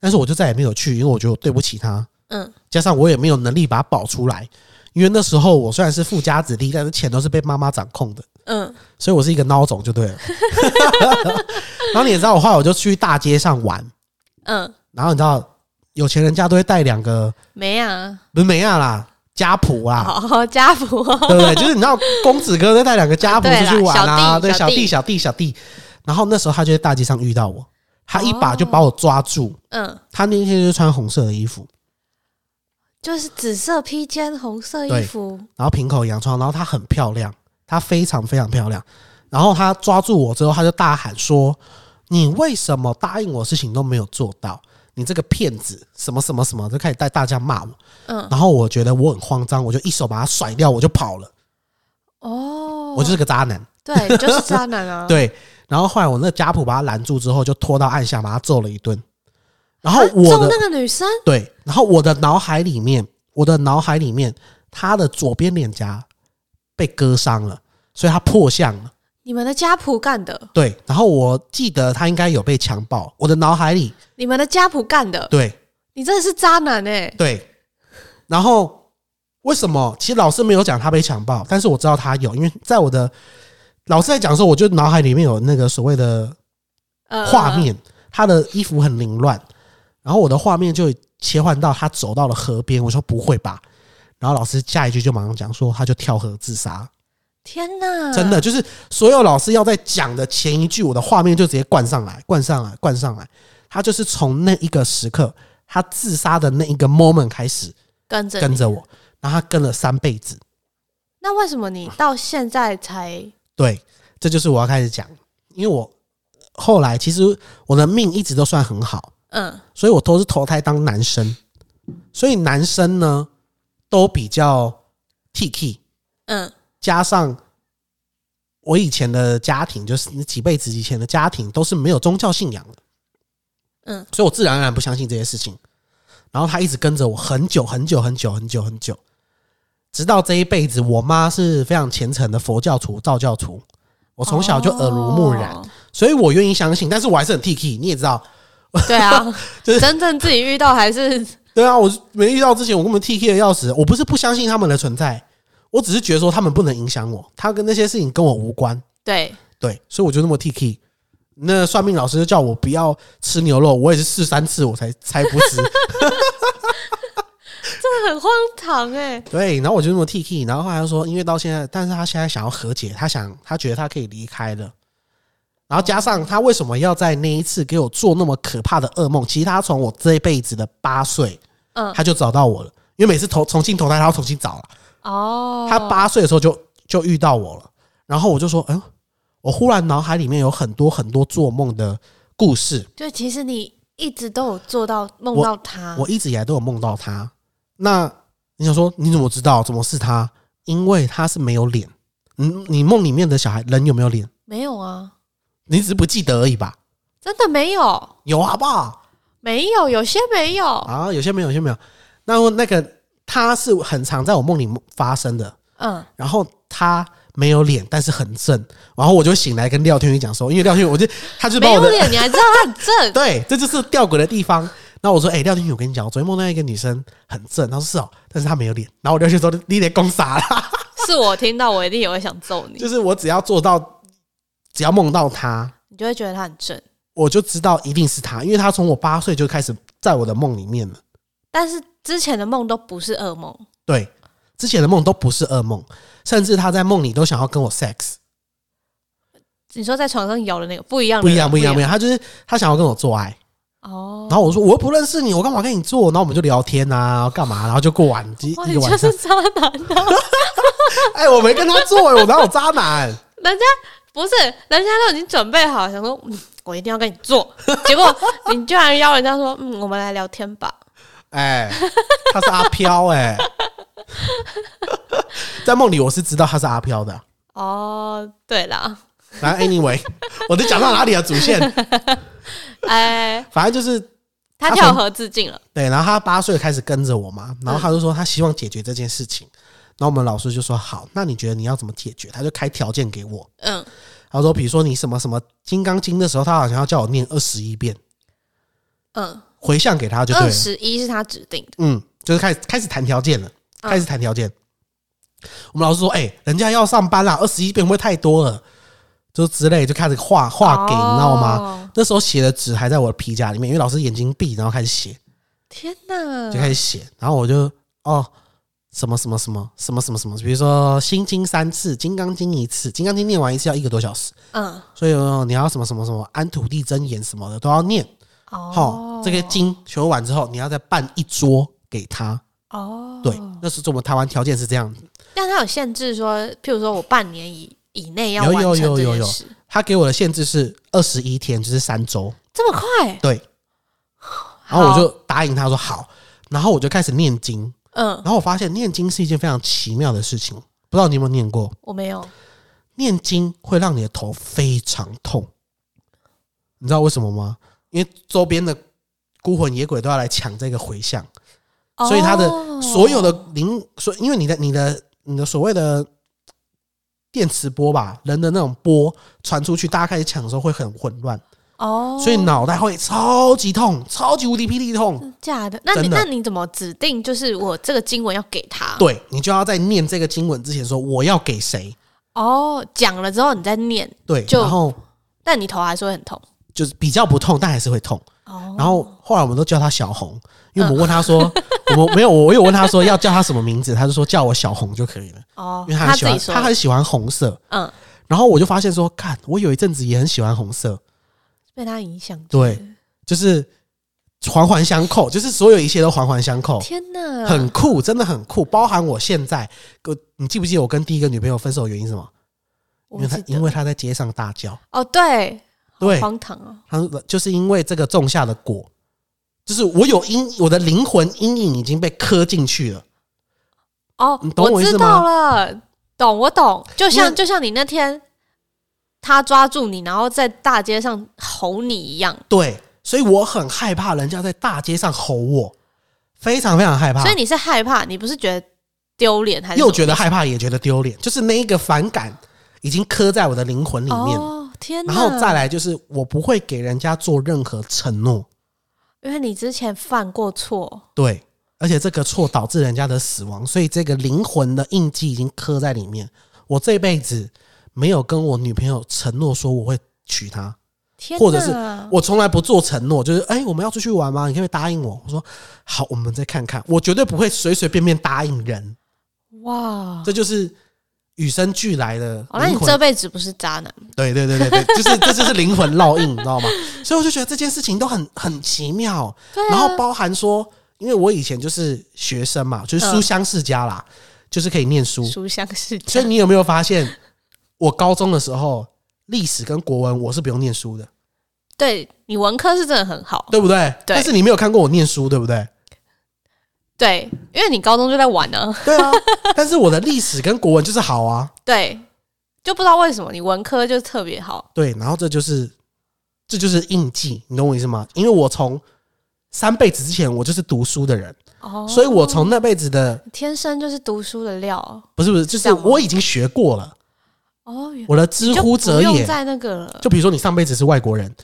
Speaker 3: 但是我就再也没有去，因为我觉得我对不起他，
Speaker 4: 嗯
Speaker 3: 加上我也没有能力把他保出来。因为那时候我虽然是富家子弟，但是钱都是被妈妈掌控的，
Speaker 4: 嗯
Speaker 3: 所以我是一个孬种就对了。然后你也知道，我后来我就去大街上玩，
Speaker 4: 嗯，
Speaker 3: 然后你知道有钱人家都会带两个
Speaker 4: 没啊，
Speaker 3: 不是梅亚啦，家谱啊，
Speaker 4: 好家谱哦，
Speaker 3: *laughs* 对不对？就是你知道，公子哥在带两个家仆
Speaker 4: 对啦
Speaker 3: 出去玩啊，
Speaker 4: 小弟
Speaker 3: 对，小
Speaker 4: 小
Speaker 3: 弟、
Speaker 4: 弟
Speaker 3: 小弟、小弟。然后那时候他就在大街上遇到我，他一把就把我抓住。
Speaker 4: 嗯，
Speaker 3: 他那天就穿红色的衣服，
Speaker 4: 就是紫色披肩，红色衣
Speaker 3: 对
Speaker 4: 服，
Speaker 3: 然后平口洋装，然后她很漂亮，她非常非常漂亮。然后他抓住我之后，他就大喊说：“你为什么答应我的事情都没有做到？你这个骗子！什么什么什么！”就开始带大家骂我。
Speaker 4: 嗯
Speaker 3: 然后我觉得我很慌张，我就一手把他甩掉，我就跑了。
Speaker 4: 哦，
Speaker 3: 我就是个渣男。
Speaker 4: 对，就是渣男
Speaker 3: *laughs*
Speaker 4: 啊，
Speaker 3: 对，然后后来我那家谱把他拦住之后，就拖到暗巷把他揍了一顿。然后
Speaker 4: 啊，
Speaker 3: 我
Speaker 4: 揍
Speaker 3: 的、
Speaker 4: 那个女生，
Speaker 3: 对，然后我的脑海里面，我的脑海里面，他的左边脸颊被割伤了，所以他破相了。
Speaker 4: 你们的家谱干的，
Speaker 3: 对，然后我记得他应该有被强暴，我的脑海里，
Speaker 4: 你们的家谱干的，
Speaker 3: 对
Speaker 4: 你真的是渣男哎、
Speaker 3: 对。然后为什么？其实老师没有讲他被强暴，但是我知道他有，因为在我的老师在讲的时候，我就脑海里面有那个所谓的
Speaker 4: 呃
Speaker 3: 画面，他的衣服很凌乱，然后我的画面就切换到他走到了河边，我说不会吧，然后老师下一句就马上讲说他就跳河自杀，
Speaker 4: 天哪，
Speaker 3: 真的就是所有老师要在讲的前一句，我的画面就直接灌上来，灌上来，灌上来，他就是从那一个时刻他自杀的那一个 moment 开始
Speaker 4: 跟着你
Speaker 3: 跟着我，然后他跟了三辈子，
Speaker 4: 那为什么你到现在才
Speaker 3: 对，这就是我要开始讲，因为我后来其实我的命一直都算很好。
Speaker 4: 嗯
Speaker 3: 所以我都是投胎当男生，所以男生呢都比较 T K，
Speaker 4: 嗯
Speaker 3: 加上我以前的家庭，就是几辈子以前的家庭都是没有宗教信仰的，
Speaker 4: 嗯，
Speaker 3: 所以我自然而然不相信这些事情。然后他一直跟着我很久很久很久很久很久，直到这一辈子，我妈是非常虔诚的佛教徒、道教徒，我从小就耳濡目染，
Speaker 4: 哦
Speaker 3: 所以我愿意相信，但是我还是很 T K，你也知道，，
Speaker 4: 对啊
Speaker 3: *laughs* 就是
Speaker 4: 真正自己遇到还是
Speaker 3: 对啊，我是没遇到之前，我根本 T K 的要死。我不是不相信他们的存在，我只是觉得说他们不能影响我，他跟那些事情跟我无关。
Speaker 4: 对
Speaker 3: 对，所以我就那么 T K。那算命老师就叫我不要吃牛肉，我也是试三次我才才不吃。
Speaker 4: 很荒唐哎、
Speaker 3: 对，然后我就那么 T K，然后后来他说，因为到现在，但是他现在想要和解，他想他觉得他可以离开了。然后加上他为什么要在那一次给我做那么可怕的噩梦？其实他从我这一辈子的八岁，
Speaker 4: 嗯
Speaker 3: 他就找到我了，因为每次投重新投胎，他要重新找了。
Speaker 4: 哦，
Speaker 3: 他八岁的时候就就遇到我了，然后我就说，嗯，我忽然脑海里面有很多很多做梦的故事，
Speaker 4: 就其实你一直都有做到梦
Speaker 3: 我
Speaker 4: 到他，
Speaker 3: 我一直以来都有梦到他。那你想说你怎么知道？怎么是他？因为他是没有脸。嗯，你梦里面的小孩人有没有脸？
Speaker 4: 没有啊，
Speaker 3: 你只是不记得而已吧？
Speaker 4: 真的没有，
Speaker 3: 有好不好？
Speaker 4: 没有，有些没有，
Speaker 3: 啊，有些没有，有些没有。那那个他是很常在我梦里发生的，
Speaker 4: 嗯，
Speaker 3: 然后他没有脸，但是很正。然后我就醒来跟廖天宇讲说，因为廖天宇，我就他就把
Speaker 4: 没
Speaker 3: 我
Speaker 4: 有
Speaker 3: 的
Speaker 4: 脸你还知道他很
Speaker 3: *laughs*
Speaker 4: 正，
Speaker 3: 对，这就是吊诡的地方。然后我说：“哎、廖天宇，我跟你讲，我昨天梦到一个女生很正。”他说：“是哦，但是她没有脸。”然后我廖天宇说：“你得攻傻啦，
Speaker 4: 是我听到我一定也会想揍你，
Speaker 3: *laughs* 就是我只要做到，只要梦到她，
Speaker 4: 你就会觉得他很正，
Speaker 3: 我就知道一定是她，因为她从我八岁就开始在我的梦里面了。
Speaker 4: 但是之前的梦都不是噩梦，
Speaker 3: 对，之前的梦都不是噩梦，甚至她在梦里都想要跟我 sex，
Speaker 4: 你说在床上摇的那个不一样的
Speaker 3: 不
Speaker 4: 人，
Speaker 3: 一哦样，不一样，不一样。她就是她想要跟我做爱。
Speaker 4: 哦，
Speaker 3: 然后我说：“我又不认识你，我干嘛跟你做？”然后我们就聊天啊，干嘛？然后就过完一
Speaker 4: 哇，
Speaker 3: 一
Speaker 4: 你
Speaker 3: 个
Speaker 4: 就
Speaker 3: 晚上
Speaker 4: 是。渣男啊！
Speaker 3: 哎、我没跟他做、哎我哪有渣男？
Speaker 4: 人家不是，人家都已经准备好，想说，嗯，我一定要跟你
Speaker 3: *laughs*
Speaker 4: 做。结果你居然邀人家说，嗯，我们来聊天吧。
Speaker 3: 哎、他是阿飘哎、 *laughs* 在梦里我是知道他是阿飘的。
Speaker 4: 哦，对啦，
Speaker 3: 然后 anyway，我 *laughs* 都讲到哪里啊？主线，
Speaker 4: 哎，
Speaker 3: 反正就是
Speaker 4: 他
Speaker 3: 他
Speaker 4: 跳
Speaker 3: 从
Speaker 4: 河自尽了。
Speaker 3: 对。然后他八岁开始跟着我嘛，然后他就说他希望解决这件事情。然后我们老师就说好，那你觉得你要怎么解决？他就开条件给我，
Speaker 4: 嗯，
Speaker 3: 他说比如说你什么什么《金刚经》的时候，他好像要叫我念二十一遍，
Speaker 4: 嗯，
Speaker 3: 回向给他就对
Speaker 4: 二
Speaker 3: 了。
Speaker 4: 十一是他指定的，
Speaker 3: 嗯，就是开始开始谈条件了，
Speaker 4: 嗯
Speaker 3: 开始谈条件。我们老师说，哎、人家要上班啦，二十一遍会不会太多了？就之类，就开始画画给，你知道吗？
Speaker 4: 哦？
Speaker 3: 那时候写的纸还在我的皮夹里面，因为老师眼睛闭，然后开始写，
Speaker 4: 天哪！
Speaker 3: 就开始写，然后我就哦，什么什么什么什么什么什么，比如说《心经》三次，《金刚经》一次，《金刚经》念完一次要一个多小时，
Speaker 4: 嗯，
Speaker 3: 所以哦你要什么什么什么安土地真言什么的都要念。
Speaker 4: 哦
Speaker 3: 好，，这个经学完之后，你要再办一桌给他，
Speaker 4: 哦，
Speaker 3: 对，那是我们台湾条件是这样子。
Speaker 4: 但他有限制说，譬如说我半年以以内要
Speaker 3: 有
Speaker 4: 完
Speaker 3: 有
Speaker 4: 成
Speaker 3: 有
Speaker 4: 这
Speaker 3: 有
Speaker 4: 件
Speaker 3: 有
Speaker 4: 事，
Speaker 3: 他给我的限制是二十一天，就是三周。
Speaker 4: 这么快？
Speaker 3: 对，然后我
Speaker 4: 好
Speaker 3: 就答应他说好，然后我就开始念经。
Speaker 4: 嗯，
Speaker 3: 然后我发现念经是一件非常奇妙的事情，不知道你有没有念过？
Speaker 4: 我没有，
Speaker 3: 念经会让你的头非常痛，你知道为什么吗？因为周边的孤魂野鬼都要来抢这个回向，所以他的
Speaker 4: 哦
Speaker 3: 所有的灵，所因为你的你的你的所谓的电磁波吧，人的那种波传出去，大家开始抢的时候会很混乱，
Speaker 4: 哦，
Speaker 3: 所以脑袋会超级痛，超级无敌霹雳痛。
Speaker 4: 假的？那你
Speaker 3: 真的
Speaker 4: 那你怎么指定就是我这个经文要给他？
Speaker 3: 对你就要在念这个经文之前说我要给谁，
Speaker 4: 哦，讲了之后你再念，
Speaker 3: 对，
Speaker 4: 就
Speaker 3: 然后
Speaker 4: 但你头还是会很痛。
Speaker 3: 就是比较不痛，但还是会痛。
Speaker 4: 哦嗯
Speaker 3: 然后后来我们都叫他小红，因为我们问他说，我们没有，我有问他说要叫他什么名字，他就说叫我小红就可以了，
Speaker 4: 哦
Speaker 3: 因为，他
Speaker 4: 他
Speaker 3: 很喜
Speaker 4: 自己
Speaker 3: 欢，
Speaker 4: 说
Speaker 3: 他，很喜欢红色。
Speaker 4: 嗯，
Speaker 3: 然后我就发现说，看我有一阵子也很喜欢红色，
Speaker 4: 被他影响。
Speaker 3: 对，就是环环相扣，就是所有一切都环环相扣，
Speaker 4: 天啊哪，
Speaker 3: 很酷，真的很酷。包含我现在，我你记不记得我跟第一个女朋友分手的原因是什么？因
Speaker 4: 我
Speaker 3: 为
Speaker 4: 不
Speaker 3: 她
Speaker 4: 记得
Speaker 3: 因为她在街上大叫，
Speaker 4: 哦，对，
Speaker 3: 对，
Speaker 4: 荒唐哦，
Speaker 3: 他说就是因为这个种下的果，就是我有阴，我的灵魂阴影已经被刻进去了。
Speaker 4: 哦
Speaker 3: 你，懂我意思
Speaker 4: 知
Speaker 3: 吗
Speaker 4: 道了，懂我懂，就
Speaker 3: 因
Speaker 4: 像
Speaker 3: 为
Speaker 4: 就像你那天他抓住你，然后在大街上吼你一样，
Speaker 3: 对，所以我很害怕人家在大街上吼我，非常非常害怕。
Speaker 4: 所以你是害怕，你不是觉得丢脸还是
Speaker 3: 又
Speaker 4: 什
Speaker 3: 觉得害怕，也觉得丢脸，就是那一个反感已经刻在我的灵魂里
Speaker 4: 么
Speaker 3: 面。
Speaker 4: 哦，天哪，
Speaker 3: 然后再，来就是我不会给人家做任何承诺，
Speaker 4: 因为你之前犯过错，
Speaker 3: 对，而且这个错导致人家的死亡，所以这个灵魂的印记已经刻在里面。我这辈子没有跟我女朋友承诺说我会娶她，
Speaker 4: 天哪，
Speaker 3: 或者是
Speaker 4: 嗯
Speaker 3: 我从来不做承诺，就是哎、诶我们要出去玩吗？你可不可以答应我？我说好，我们再看看。我绝对不会随随便便答应人，
Speaker 4: 哇，
Speaker 3: 这就是与生俱来的
Speaker 4: 哦，那你
Speaker 3: 灵魂。
Speaker 4: 这辈子不是渣男，
Speaker 3: 对对对对
Speaker 4: *laughs*
Speaker 3: 对，就是这就是灵魂烙印，你知道吗？所以我就觉得这件事情都很很奇妙。
Speaker 4: 对啊
Speaker 3: 然后包含说，因为我以前就是学生嘛，就是书香世家啦，就是可以念书。
Speaker 4: 嗯书香世
Speaker 3: 所
Speaker 4: 家
Speaker 3: 以，你有没有发现，我高中的时候历史跟国文我是不用念书的，
Speaker 4: 对你文科是真的很好，
Speaker 3: 对不对？
Speaker 4: 哦对
Speaker 3: 但是你没有看过我念书，对不
Speaker 4: *laughs*
Speaker 3: 对？
Speaker 4: 对，因为你高中就在玩呢、
Speaker 3: 对啊，但是我的历史跟国文就是好啊，
Speaker 4: 对，就不知道为什么你文科就特别好，
Speaker 3: 对，然后这就是这就是印记，你懂我意思吗？因为我从三辈子之前我就是读书的人，
Speaker 4: 哦，
Speaker 3: 所以我从那辈子的
Speaker 4: 天生就是读书的料
Speaker 3: 不是不是，就是
Speaker 4: 这样吗
Speaker 3: 我已经学过了，
Speaker 4: 哦，原
Speaker 3: 我的知
Speaker 4: 就
Speaker 3: 乎
Speaker 4: 不
Speaker 3: 者
Speaker 4: 用
Speaker 3: 也，
Speaker 4: 在那个了，
Speaker 3: 就比如说你上辈子是外国人，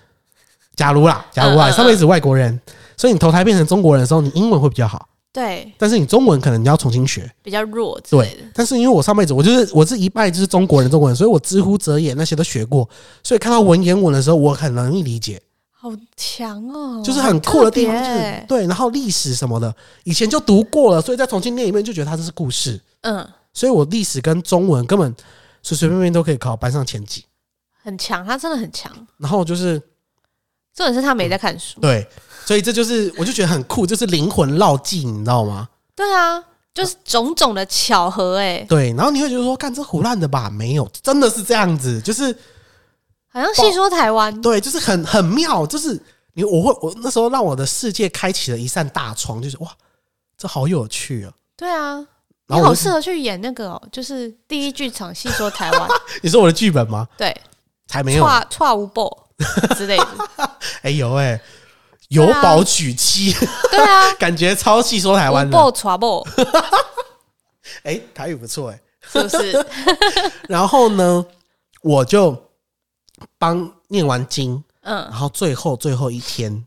Speaker 3: 假如啦，假如
Speaker 4: 嗯
Speaker 3: 啊，
Speaker 4: 嗯嗯
Speaker 3: 你上辈子是外国人，所以你投胎变成中国人的时候，你英文会比较好，
Speaker 4: 对，
Speaker 3: 但是你中文可能你要重新学。
Speaker 4: 比较弱之类
Speaker 3: 对
Speaker 4: 的。，
Speaker 3: 但是因为我上辈子我就是我是一拜就是中国人，中国人，所以我知乎者也那些都学过，所以看到文言文的时候，我很容易理解，
Speaker 4: 好强哦，
Speaker 3: 就是很酷的地方，
Speaker 4: 很
Speaker 3: 就
Speaker 4: 特别
Speaker 3: 是
Speaker 4: 欸
Speaker 3: 对。然后历史什么的，以前就读过了，所以再重新念一遍就觉得它这是故事，
Speaker 4: 嗯，
Speaker 3: 所以我历史跟中文根本随随便便都可以考班上前几。
Speaker 4: 很强，他真的很强。
Speaker 3: 然后就是
Speaker 4: 重点是他没在看书，
Speaker 3: 对，所以这就是我就觉得很酷，就是灵魂烙记，你知道吗？
Speaker 4: 对啊，就是种种的巧合，哎，
Speaker 3: 对，然后你会觉得说，干这胡乱的吧？没有，真的是这样子，就是
Speaker 4: 好像细说台湾，
Speaker 3: 对，就是很很妙，就是你我会我那时候让我的世界开启了一扇大窗，就是哇，这好有趣啊！
Speaker 4: 对啊。你
Speaker 3: 然后我
Speaker 4: 好
Speaker 3: 就
Speaker 4: 适合去演那个哦，就是第一剧场戏说台湾，
Speaker 3: *laughs* 你说我的剧本吗？
Speaker 4: 对，
Speaker 3: 才 *laughs* 没有，
Speaker 4: 跨跨无 b 之类的，
Speaker 3: 哎呦哎、由
Speaker 4: 对啊
Speaker 3: 宝娶妻，
Speaker 4: 对啊，
Speaker 3: *laughs* 感觉超戏说台湾
Speaker 4: 无
Speaker 3: 的，
Speaker 4: b 跨 b
Speaker 3: 哎、台语不错哎、
Speaker 4: 是不是？
Speaker 3: 然后呢，我就帮念完经，然
Speaker 4: 嗯，
Speaker 3: 后最后最后一天，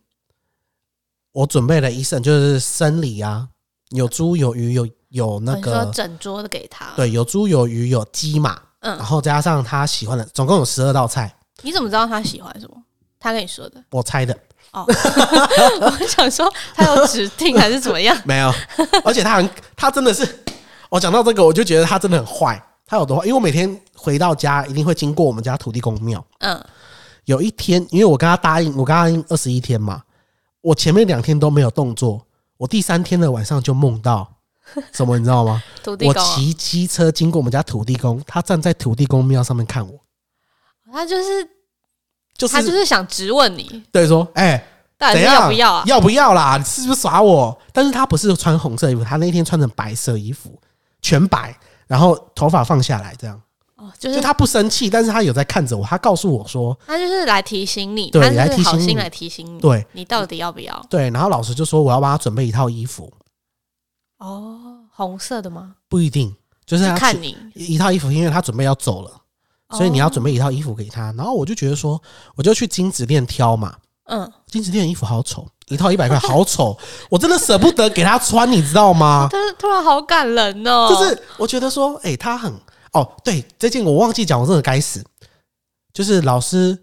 Speaker 3: 我准备了一份就是生理啊，有猪有鱼有有 *laughs* 那
Speaker 4: 哦你
Speaker 3: 个
Speaker 4: 说整桌的给他，
Speaker 3: 对，有猪有鱼有鸡嘛，
Speaker 4: 嗯
Speaker 3: 然后加上他喜欢的，总共有十二道菜，
Speaker 4: 你怎么知道他喜欢什么？他跟你说的
Speaker 3: 我猜的
Speaker 4: 哦， *laughs* 我想说他有指定还是怎么样？
Speaker 3: 没有， *laughs* 而且他很，他真的是，我讲到这个我就觉得他真的很坏，他有多坏，因为我每天回到家一定会经过我们家土地公庙，
Speaker 4: 嗯，
Speaker 3: 有一天，因为我跟他答应，我跟他答应二十一天嘛，我前面两天都没有动作，我第三天的晚上就梦到
Speaker 4: *laughs*
Speaker 3: 什么，你知道吗？
Speaker 4: 土地
Speaker 3: 我
Speaker 4: 公啊，
Speaker 3: 骑机车经过我们家土地公，他站在土地公庙上面看我，
Speaker 4: 他就是
Speaker 3: 就是
Speaker 4: 他就是想质问你，
Speaker 3: 对说，哎、
Speaker 4: 到
Speaker 3: 怎
Speaker 4: 底是
Speaker 3: 样？
Speaker 4: 要不要啊？
Speaker 3: 要不要啦？你是不是耍我？但是他不是穿红色衣服，他那天穿成白色衣服，全白，然后头发放下来，这样。
Speaker 4: 哦，就
Speaker 3: 就是
Speaker 4: 他，
Speaker 3: 他不生气，但是他有在看着我。他告诉我说，
Speaker 4: 他就是来提醒你，
Speaker 3: 对
Speaker 4: 他就
Speaker 3: 来提
Speaker 4: 是
Speaker 3: 醒
Speaker 4: 好
Speaker 3: 你
Speaker 4: 心来提醒你，
Speaker 3: 对
Speaker 4: 你到底要不要？
Speaker 3: 对，然后老师就说我要帮他准备一套衣服，
Speaker 4: 哦，红色的吗？
Speaker 3: 不一定，就是他
Speaker 4: 就看
Speaker 3: 准
Speaker 4: 你，哦
Speaker 3: 一套衣服，因为他准备要走了，所以你要准
Speaker 4: 备，
Speaker 3: 备一套衣服给他。然后我就觉得说，我就去金子店挑嘛，
Speaker 4: 嗯，
Speaker 3: 金子店的衣服好丑，一套一百块，好丑， *laughs* 我真的舍不得给他穿，你知道吗？
Speaker 4: 但是突然好感人哦，
Speaker 3: 就是我觉得说，哎、他很哦，对，这件我忘记讲，我真的该死。就是老师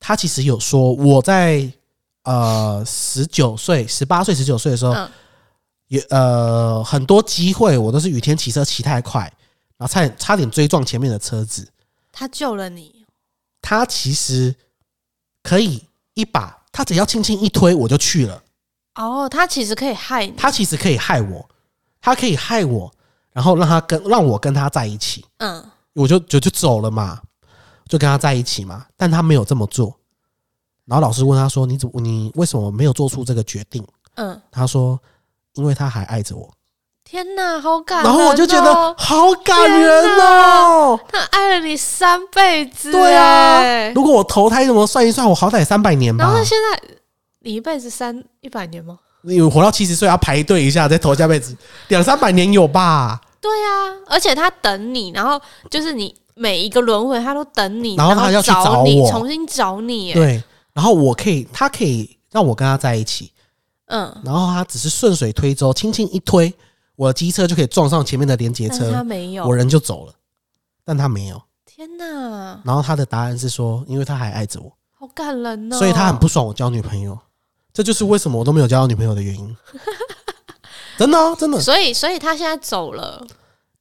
Speaker 3: 他其实有说我在呃十九岁、十八岁、十九岁的时候，
Speaker 4: 嗯
Speaker 3: 也呃很多机会我都是雨天骑车骑太快，然后差点差点追撞前面的车子。
Speaker 4: 他救了你，
Speaker 3: 他其实可以一把，他只要轻轻一推我就去了。
Speaker 4: 哦，他其实可以害你，
Speaker 3: 他其实可以害我，他可以害我，然后让他跟让我跟他在一起，
Speaker 4: 嗯，
Speaker 3: 我就就就走了嘛，就跟他在一起嘛。但他没有这么做。然后老师问他说：“你怎么你为什么没有做出这个决定
Speaker 4: 嗯，？”
Speaker 3: 他说：“因为他还爱着我。
Speaker 4: 天哪，好”感人、
Speaker 3: 然
Speaker 4: 哦。
Speaker 3: 后我就觉得好感人哦。
Speaker 4: 他爱了你三辈子，
Speaker 3: 对啊
Speaker 4: 哎，
Speaker 3: 如果我投胎怎么算一算，我好歹三百年
Speaker 4: 然
Speaker 3: 吧
Speaker 4: 后。他现在你一辈子三一百年吗？
Speaker 3: 你活到七十岁要排队一下，再投下辈子，两三百年有吧？
Speaker 4: 对啊，而且他等你，然后就是你每一个轮回他都等你，
Speaker 3: 然后他要去找
Speaker 4: 你，
Speaker 3: 我
Speaker 4: 重新找你，哎，
Speaker 3: 对。然后我可以，他可以让我跟他在一起，
Speaker 4: 嗯，
Speaker 3: 然后他只是顺水推舟，轻轻一推，我的机车就可以撞上前面的连接
Speaker 4: 但是他
Speaker 3: 车，
Speaker 4: 没
Speaker 3: 我
Speaker 4: 有，
Speaker 3: 人就走了。但他没有。
Speaker 4: 天哪，
Speaker 3: 然后他的答案是说，因为他还爱着我，
Speaker 4: 好感人哦，
Speaker 3: 所以他很不爽我交女朋友。这就是为什么我都没有交到女朋友的原因。 *laughs* 真的啊、真的，
Speaker 4: 所以，所以他现在走了，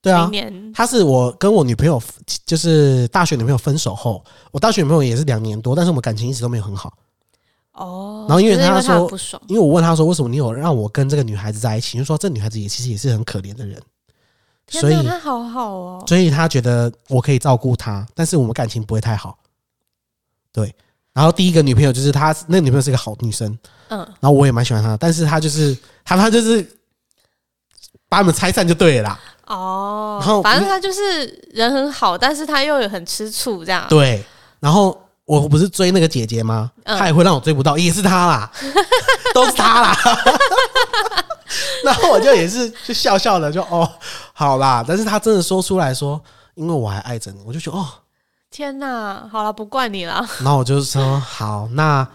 Speaker 3: 对啊
Speaker 4: 明。年
Speaker 3: 他是我跟我女朋友，就是大学女朋友分手后，我大学女朋友也是两年多，但是我们感情一直都没有很好。
Speaker 4: 哦。
Speaker 3: 然后因为
Speaker 4: 就是因
Speaker 3: 他
Speaker 4: 为他
Speaker 3: 说
Speaker 4: 很不爽，
Speaker 3: 因为我问他说，为什么你有让我跟这个女孩子在一起？就说这女孩子也其实也是很可怜的人，
Speaker 4: 天
Speaker 3: 所
Speaker 4: 哪，
Speaker 3: 以
Speaker 4: 他好好哦，
Speaker 3: 所以他觉得我可以照顾她，但是我们感情不会太好。对，然后第一个女朋友就是她，那个女朋友是个好女生，
Speaker 4: 嗯，
Speaker 3: 然后我也蛮喜欢她的，但是她就是她她就是把我们拆散就对了啦。
Speaker 4: 哦，
Speaker 3: 然后
Speaker 4: 反正他就是人很好，但是他又有很吃醋这样。
Speaker 3: 对，然后我不是追那个姐姐吗？
Speaker 4: 嗯
Speaker 3: 她也会让我追不到，也是她
Speaker 4: *laughs*
Speaker 3: 啦，都是她啦。 *laughs* 然后我就也是就笑笑的，就哦，好啦。但是她真的说出来说，因为我还爱着你，我就觉得哦，
Speaker 4: 天哪，好了，不怪你了。
Speaker 3: 然后我就说好，那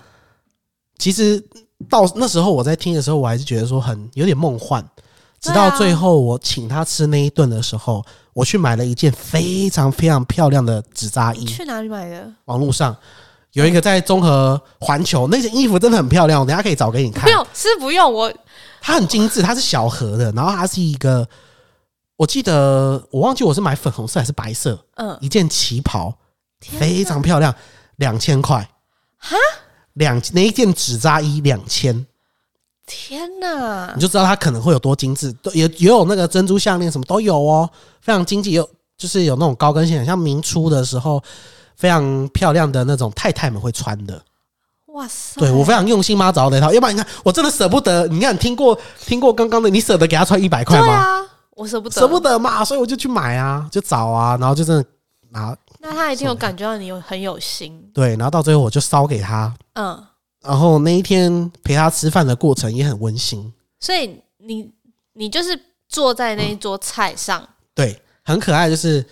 Speaker 3: 其实到那时候我在听的时候，我还是觉得说很有点梦幻。直
Speaker 4: 对
Speaker 3: 到
Speaker 4: 啊
Speaker 3: 最后，我请她吃那一顿的时候，我去买了一件非常非常漂亮的纸扎衣。
Speaker 4: 去哪里买的？
Speaker 3: 网络上有一个在综合环球，那件衣服真的很漂亮，我等一下可以找给你看
Speaker 4: 不。用，是不用我。
Speaker 3: 它很精致，它是小盒的，然后它是一个，我记得我忘记我是买粉红色还是白色，
Speaker 4: 嗯，
Speaker 3: 一件旗袍，
Speaker 4: 天哪
Speaker 3: 非常漂亮，两千块。
Speaker 4: 哈，
Speaker 3: 两那一件纸扎衣两千，
Speaker 4: 天哪
Speaker 3: 你，就知道它可能会有多精致，都也也有那个珍珠项链什么都有哦，非常经济，有就是有那种高跟鞋，很像明初的时候非常漂亮的那种太太们会穿的。
Speaker 4: 哇塞！
Speaker 3: 对我非常用心妈找的一套，要不然你看我真的舍不得。你看听过听过刚刚的，你舍得给他穿一百块
Speaker 4: 对
Speaker 3: 吗？
Speaker 4: 啊，我舍不得，
Speaker 3: 舍不。得嘛，所以我就去买啊，就找啊，然后就真的拿
Speaker 4: 那他一定有感觉到你有很有心。
Speaker 3: 对，然后到最后我就烧给他。
Speaker 4: 嗯，
Speaker 3: 然后那一天陪他吃饭的过程也很温馨，
Speaker 4: 所以你你就是坐在那一桌菜上。
Speaker 3: 对，很可爱。就是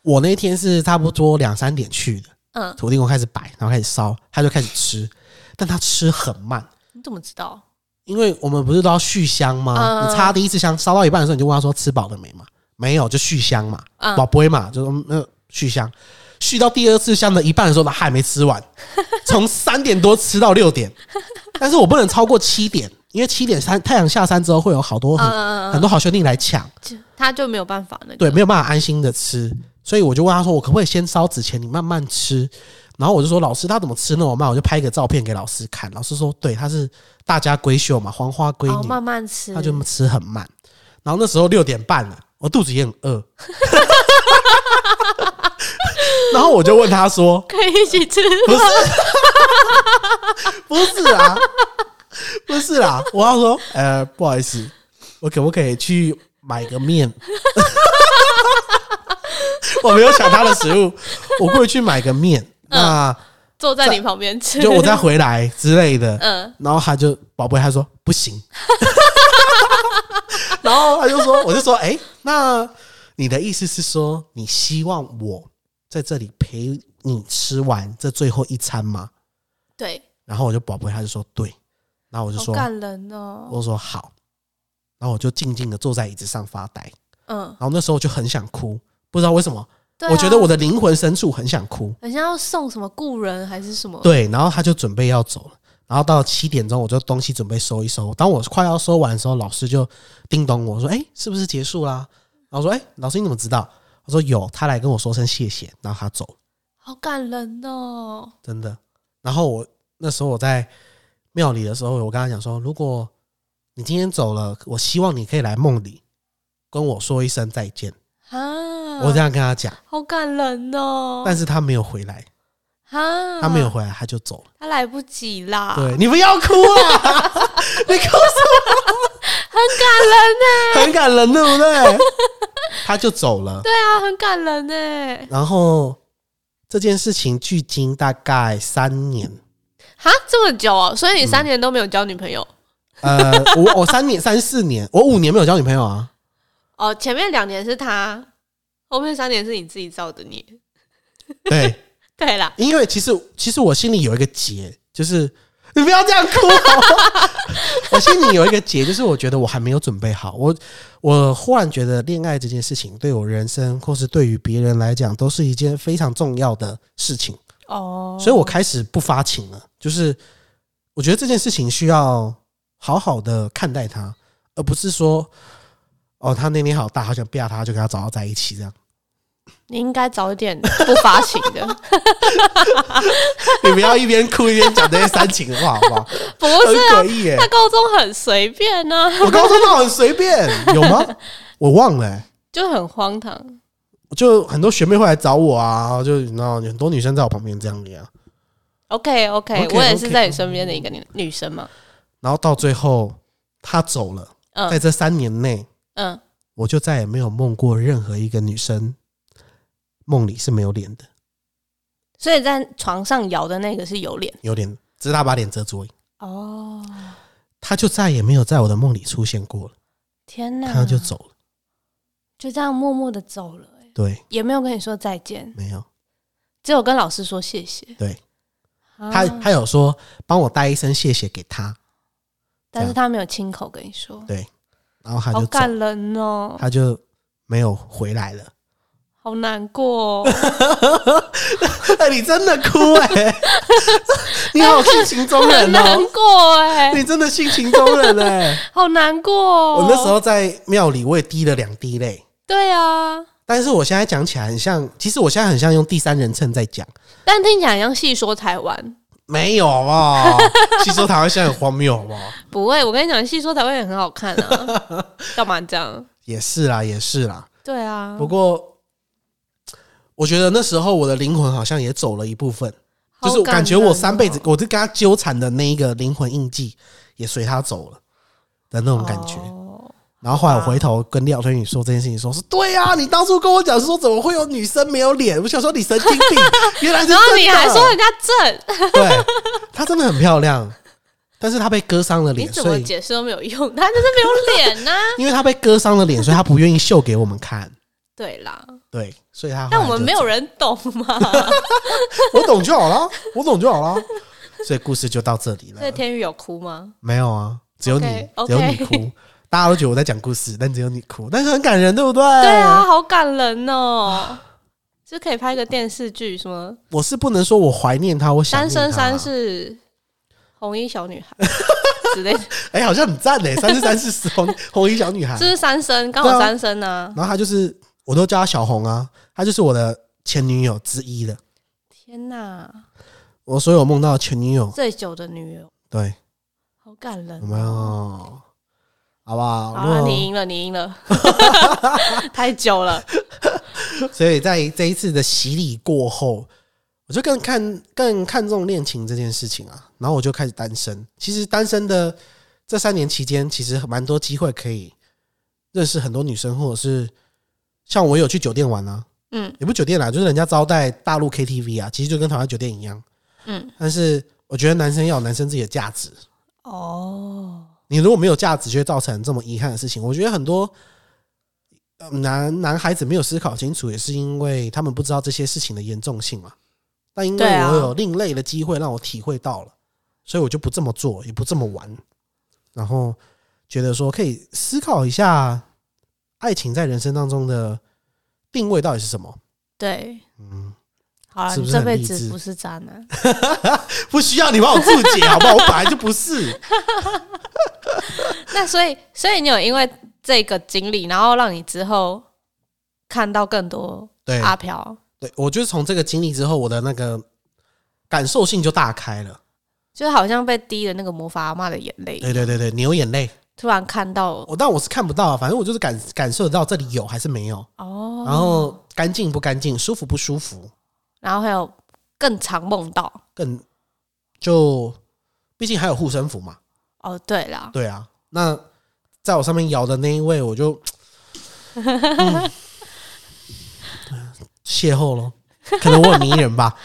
Speaker 3: 我那天是差不多两三点去的，
Speaker 4: 嗯，
Speaker 3: 土地公开始摆，然后开始烧，他就开始吃，但他吃很慢，
Speaker 4: 你怎么知道？
Speaker 3: 因为我们不是都要续香吗？
Speaker 4: 嗯
Speaker 3: 你插第一次香，烧到一半的时候，你就问他说吃饱了没嘛？没有，就续香嘛，
Speaker 4: 嗯
Speaker 3: 宝贝嘛，就说呃续香，续到第二次香的一半的时候，他还没吃
Speaker 4: *laughs*
Speaker 3: 完，从三点多吃到六点，但是我不能超过七点，因为七点山太阳下山之后会有好多很、
Speaker 4: 嗯嗯
Speaker 3: 很多好兄弟来抢，
Speaker 4: 就他就没有办法那个。
Speaker 3: 对，没有办法安心的吃，所以我就问他说，我可不可以先烧纸钱，你慢慢吃？然后我就说，老师他怎么吃那么慢？我就拍一个照片给老师看，老师说，对，他是大家闺秀嘛，黄花闺
Speaker 4: 哦，
Speaker 3: 女，
Speaker 4: 慢慢吃。
Speaker 3: 他就吃很慢。然后那时候六点半了，我肚子也很饿， *laughs* 然后我就问他说
Speaker 4: 可以一
Speaker 3: *laughs*
Speaker 4: 起吃。：“
Speaker 3: 不是，不是啊，不是啦。”我要说：“呃，不好意思，我可不可以去买个面？” *laughs* 我没有想他的食物，我过去买个面，那
Speaker 4: 坐在你旁边吃，
Speaker 3: 就我再回来之类的。
Speaker 4: *laughs* 嗯，
Speaker 3: 然后他就宝贝，他说不行，然后他就说，我就说，哎、那你的意思是说，你希望我在这里陪你吃完这最后一餐吗？
Speaker 4: 对，
Speaker 3: 然后我就宝贝，他就说对，然后我就
Speaker 4: 好
Speaker 3: 说，
Speaker 4: 感人哦，
Speaker 3: 我说好，然后我就静静的坐在椅子上发呆，
Speaker 4: 嗯，
Speaker 3: 然后那时候我就很想哭，不知道为什么，
Speaker 4: 对啊
Speaker 3: 我觉得我的灵魂深处很想哭。
Speaker 4: 很像要送什么故人还是什么，
Speaker 3: 对，然后他就准备要走了。然后到七点钟，我就东西准备收一收。当我快要收完的时候，老师就叮咚我说：“哎、是不是结束啦？”然后我说：“哎、老师你怎么知道？”我说：“有，他来跟我说声谢谢，然后他走了，
Speaker 4: 好感人哦。
Speaker 3: 真的。”然后我那时候我在庙里的时候，我跟他讲说：“如果你今天走了，我希望你可以来梦里跟我说一声再见。
Speaker 4: 啊，
Speaker 3: 我这样跟他讲，
Speaker 4: 好感人哦。
Speaker 3: 但是他没有回来，
Speaker 4: 啊，
Speaker 3: 他没有，回来，他就走了。
Speaker 4: 他来不及啦。
Speaker 3: 对，你不要哭
Speaker 4: *laughs*
Speaker 3: 啊！你哭
Speaker 4: 很感人呢、
Speaker 3: 很感人，对不
Speaker 4: *laughs*
Speaker 3: 对？他就走了。
Speaker 4: 对啊，很感人呢、欸
Speaker 3: 然后这件事情距今大概三年，
Speaker 4: 哈，这么久哦，所以你三年都没有交女朋友、
Speaker 3: 呃，我我三年三四年，我五年没有交女朋友啊。
Speaker 4: 哦？前面两年是他，后面三年是你自己造的孽。
Speaker 3: 对，
Speaker 4: 对啦，
Speaker 3: 因为其实其实我心里有一个结，就是你不要这样哭好吗 *laughs* 我心里有一个结，就是我觉得我还没有准备好。我我忽然觉得恋爱这件事情对我人生，或是对于别人来讲，都是一件非常重要的事情。
Speaker 4: 哦，
Speaker 3: 所以我开始不发情了。就是我觉得这件事情需要好好的看待它，而不是说哦，他那天好大，好想啪他，就跟他找到在一起这样。
Speaker 4: 你应该早一点不发情的，
Speaker 3: 你不要一边哭一边讲这些煽情的话， *laughs* 好不好？
Speaker 4: 不
Speaker 3: 很
Speaker 4: 是啊
Speaker 3: 诡？异耶
Speaker 4: *laughs* 他！高中很随便啊呢、 *laughs*
Speaker 3: 我高中都很随便，有吗？我忘了、欸。
Speaker 4: 就很荒唐。
Speaker 3: 就很多学妹会来找我啊，就你知道，很多女生在我旁边这样子啊。
Speaker 4: OK OK，
Speaker 3: OK，
Speaker 4: 我也是
Speaker 3: OK
Speaker 4: 在你身边的一个女女生嘛。
Speaker 3: 然后到最后，她走了，在
Speaker 4: 嗯
Speaker 3: 这三年内，
Speaker 4: 嗯，
Speaker 3: 我就再也没有梦过任何一个女生梦里是没有脸的，
Speaker 4: 所以在床上摇的那个是有脸
Speaker 3: 有脸，只是她把脸遮住而已。
Speaker 4: 哦。
Speaker 3: 她就再也没有在我的梦里出现过了，
Speaker 4: 天哪，
Speaker 3: 她就走了。
Speaker 4: 就这样默默的走了、欸
Speaker 3: 对，
Speaker 4: 也没有跟你说再见，
Speaker 3: 没有。
Speaker 4: 只有跟老师说谢谢。
Speaker 3: 对
Speaker 4: 啊，
Speaker 3: 她她有说帮我带一声谢谢给她，
Speaker 4: 但是他没有亲口跟你说，
Speaker 3: 对，然后她
Speaker 4: 好
Speaker 3: 就走，
Speaker 4: 感人哦，
Speaker 3: 她就没有回来了。
Speaker 4: 好难过、哦。
Speaker 3: 哎， *laughs* 你真的哭哎、你好性情中
Speaker 4: 很
Speaker 3: 人
Speaker 4: *laughs* 难
Speaker 3: 哦，
Speaker 4: 过哎、
Speaker 3: 你真的性情中人哎、
Speaker 4: *laughs* 好难过、
Speaker 3: *laughs*
Speaker 4: 哦。
Speaker 3: 我那时候在庙里，我也滴了两滴泪。
Speaker 4: 对啊，
Speaker 3: 但是我现在讲起来很像，其实我现在很像用第三人称在讲，
Speaker 4: 但听起来像戏说台湾，
Speaker 3: 没有
Speaker 4: *laughs*
Speaker 3: 啊，其实台湾现在很荒谬，好哦不好？
Speaker 4: 不会。我跟你讲，戏说台湾也很好看啊，
Speaker 3: *laughs*
Speaker 4: 干嘛这样？
Speaker 3: 也是啦，也是啦。
Speaker 4: 对啊
Speaker 3: 不，过，我觉得那时候我的灵魂好像也走了一部分，
Speaker 4: 好
Speaker 3: 就是我感觉
Speaker 4: 人哦
Speaker 3: 我三辈子，我就跟他纠缠的那一个灵魂印记也随他走了的那种感觉。
Speaker 4: 哦
Speaker 3: 然后后来我回头跟廖春雨说这件事情，说是对啊，你当初跟我讲说怎么会有女生没有脸，我想说你神经
Speaker 4: *laughs*
Speaker 3: 病，原来是
Speaker 4: 然后
Speaker 3: 真
Speaker 4: 你
Speaker 3: 的
Speaker 4: 还说人家正，
Speaker 3: 对，她真的很漂亮，但是她被割伤了
Speaker 4: 哎你
Speaker 3: 脸，
Speaker 4: 怎
Speaker 3: 所
Speaker 4: 么
Speaker 3: 以
Speaker 4: 解释都没有用，他就是没有脸
Speaker 3: *laughs*
Speaker 4: 啊呐、
Speaker 3: 因为她被割伤了脸，所以她不愿意秀给我们看。
Speaker 4: 对啦，
Speaker 3: 对，所以她后
Speaker 4: 但
Speaker 3: 来
Speaker 4: 我们
Speaker 3: 就
Speaker 4: 没有
Speaker 3: 走，
Speaker 4: 人懂嘛，
Speaker 3: 我懂就好了，我懂就好了。所以故事就到这里了
Speaker 4: 所以。天宇有哭吗？
Speaker 3: 没有啊，只有你
Speaker 4: OK，OK
Speaker 3: 只有你哭，大家都觉得我在讲故事，但只有你哭，但是很感人，对不 *laughs* 对？
Speaker 4: 对啊，，好感人哦，就可以拍个电视剧，什么
Speaker 3: 我是不能说我怀念他，我
Speaker 4: 《
Speaker 3: 想
Speaker 4: 单
Speaker 3: 念
Speaker 4: 身
Speaker 3: 他啦
Speaker 4: 三世红衣小
Speaker 3: *laughs*
Speaker 4: 女孩》之类的，
Speaker 3: 哎、好像很赞哎，三十三是十红 *laughs* 红衣小女孩
Speaker 4: 这，是三生，刚
Speaker 3: 对
Speaker 4: 好
Speaker 3: 啊
Speaker 4: 三生啊！
Speaker 3: 然后她就是我都叫她小红啊，她就是我的前女友之一的，
Speaker 4: 天哪，
Speaker 3: 我所有梦到的前女友，
Speaker 4: 最久的女友，
Speaker 3: 对，
Speaker 4: 好感人
Speaker 3: 有没有
Speaker 4: 哦。？
Speaker 3: 好不好？
Speaker 4: 好
Speaker 3: 如
Speaker 4: 了，
Speaker 3: 果
Speaker 4: 你赢了，你赢了， *laughs* 太久了。
Speaker 3: 所以在这一次的洗礼过后，我就更看更看重恋情这件事情啊，然后我就开始单身。其实单身的这三年期间，其实蛮多机会可以认识很多女生，或者是像我有去酒店玩啊，
Speaker 4: 嗯
Speaker 3: 也不酒店啦，就是人家招待大陆 KTV 啊，其实就跟台湾酒店一样。
Speaker 4: 嗯，
Speaker 3: 但是我觉得男生要有男生自己的价值，
Speaker 4: 哦，
Speaker 3: 你如果没有价值，就会造成这么遗憾的事情。我觉得很多呃男男孩子没有思考清楚，也是因为他们不知道这些事情的严重性嘛。啊但因为
Speaker 4: 对啊
Speaker 3: 我有另类的机会让我体会到了，所以我就不这么做，也不这么玩，然后觉得说可以思考一下爱情在人生当中的定位到底是什么。嗯
Speaker 4: 对，好了，
Speaker 3: 是不
Speaker 4: 你
Speaker 3: 是
Speaker 4: 这
Speaker 3: 很
Speaker 4: 辈
Speaker 3: 励志
Speaker 4: 子不是渣男， *laughs*
Speaker 3: 不需要你帮我注解 *laughs* 好不好？我本来就不是。
Speaker 4: 那所以，所以你有因为这个经历，然后让你之后看到更多
Speaker 3: 对
Speaker 4: 阿飘，
Speaker 3: 对，我就是从这个经历之后，我的那个感受性就大开了。
Speaker 4: 就是好像被滴了那个魔法阿妈的眼泪，
Speaker 3: 对对对对，流眼泪。
Speaker 4: 突然看到
Speaker 3: 我但我是看不到啊，反正我就是感感受得到这里有还是没有，
Speaker 4: 哦，
Speaker 3: 然后干净不干净，舒服不舒服，
Speaker 4: 然后还有更常梦到
Speaker 3: 更就毕竟还有护身符嘛。
Speaker 4: 哦，对
Speaker 3: *laughs*
Speaker 4: 啦，
Speaker 3: 对啊，那在我上面摇的那一位，我就、嗯、 *laughs* 邂逅咯，可能我很迷人吧。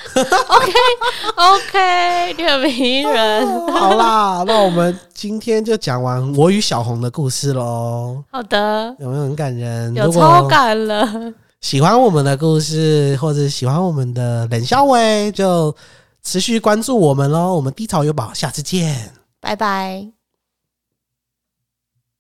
Speaker 4: OK，你很迷 *laughs* 人。
Speaker 3: 好啦，那我们今天就讲完我与小红的故事喽，
Speaker 4: 好的，
Speaker 3: 有没有很感人？
Speaker 4: 有
Speaker 3: 如果
Speaker 4: 超感了。
Speaker 3: 喜欢我们的故事，或者喜欢我们的冷笑威，就持续关注我们喽。我们低潮有宝，下次见。
Speaker 4: 拜拜。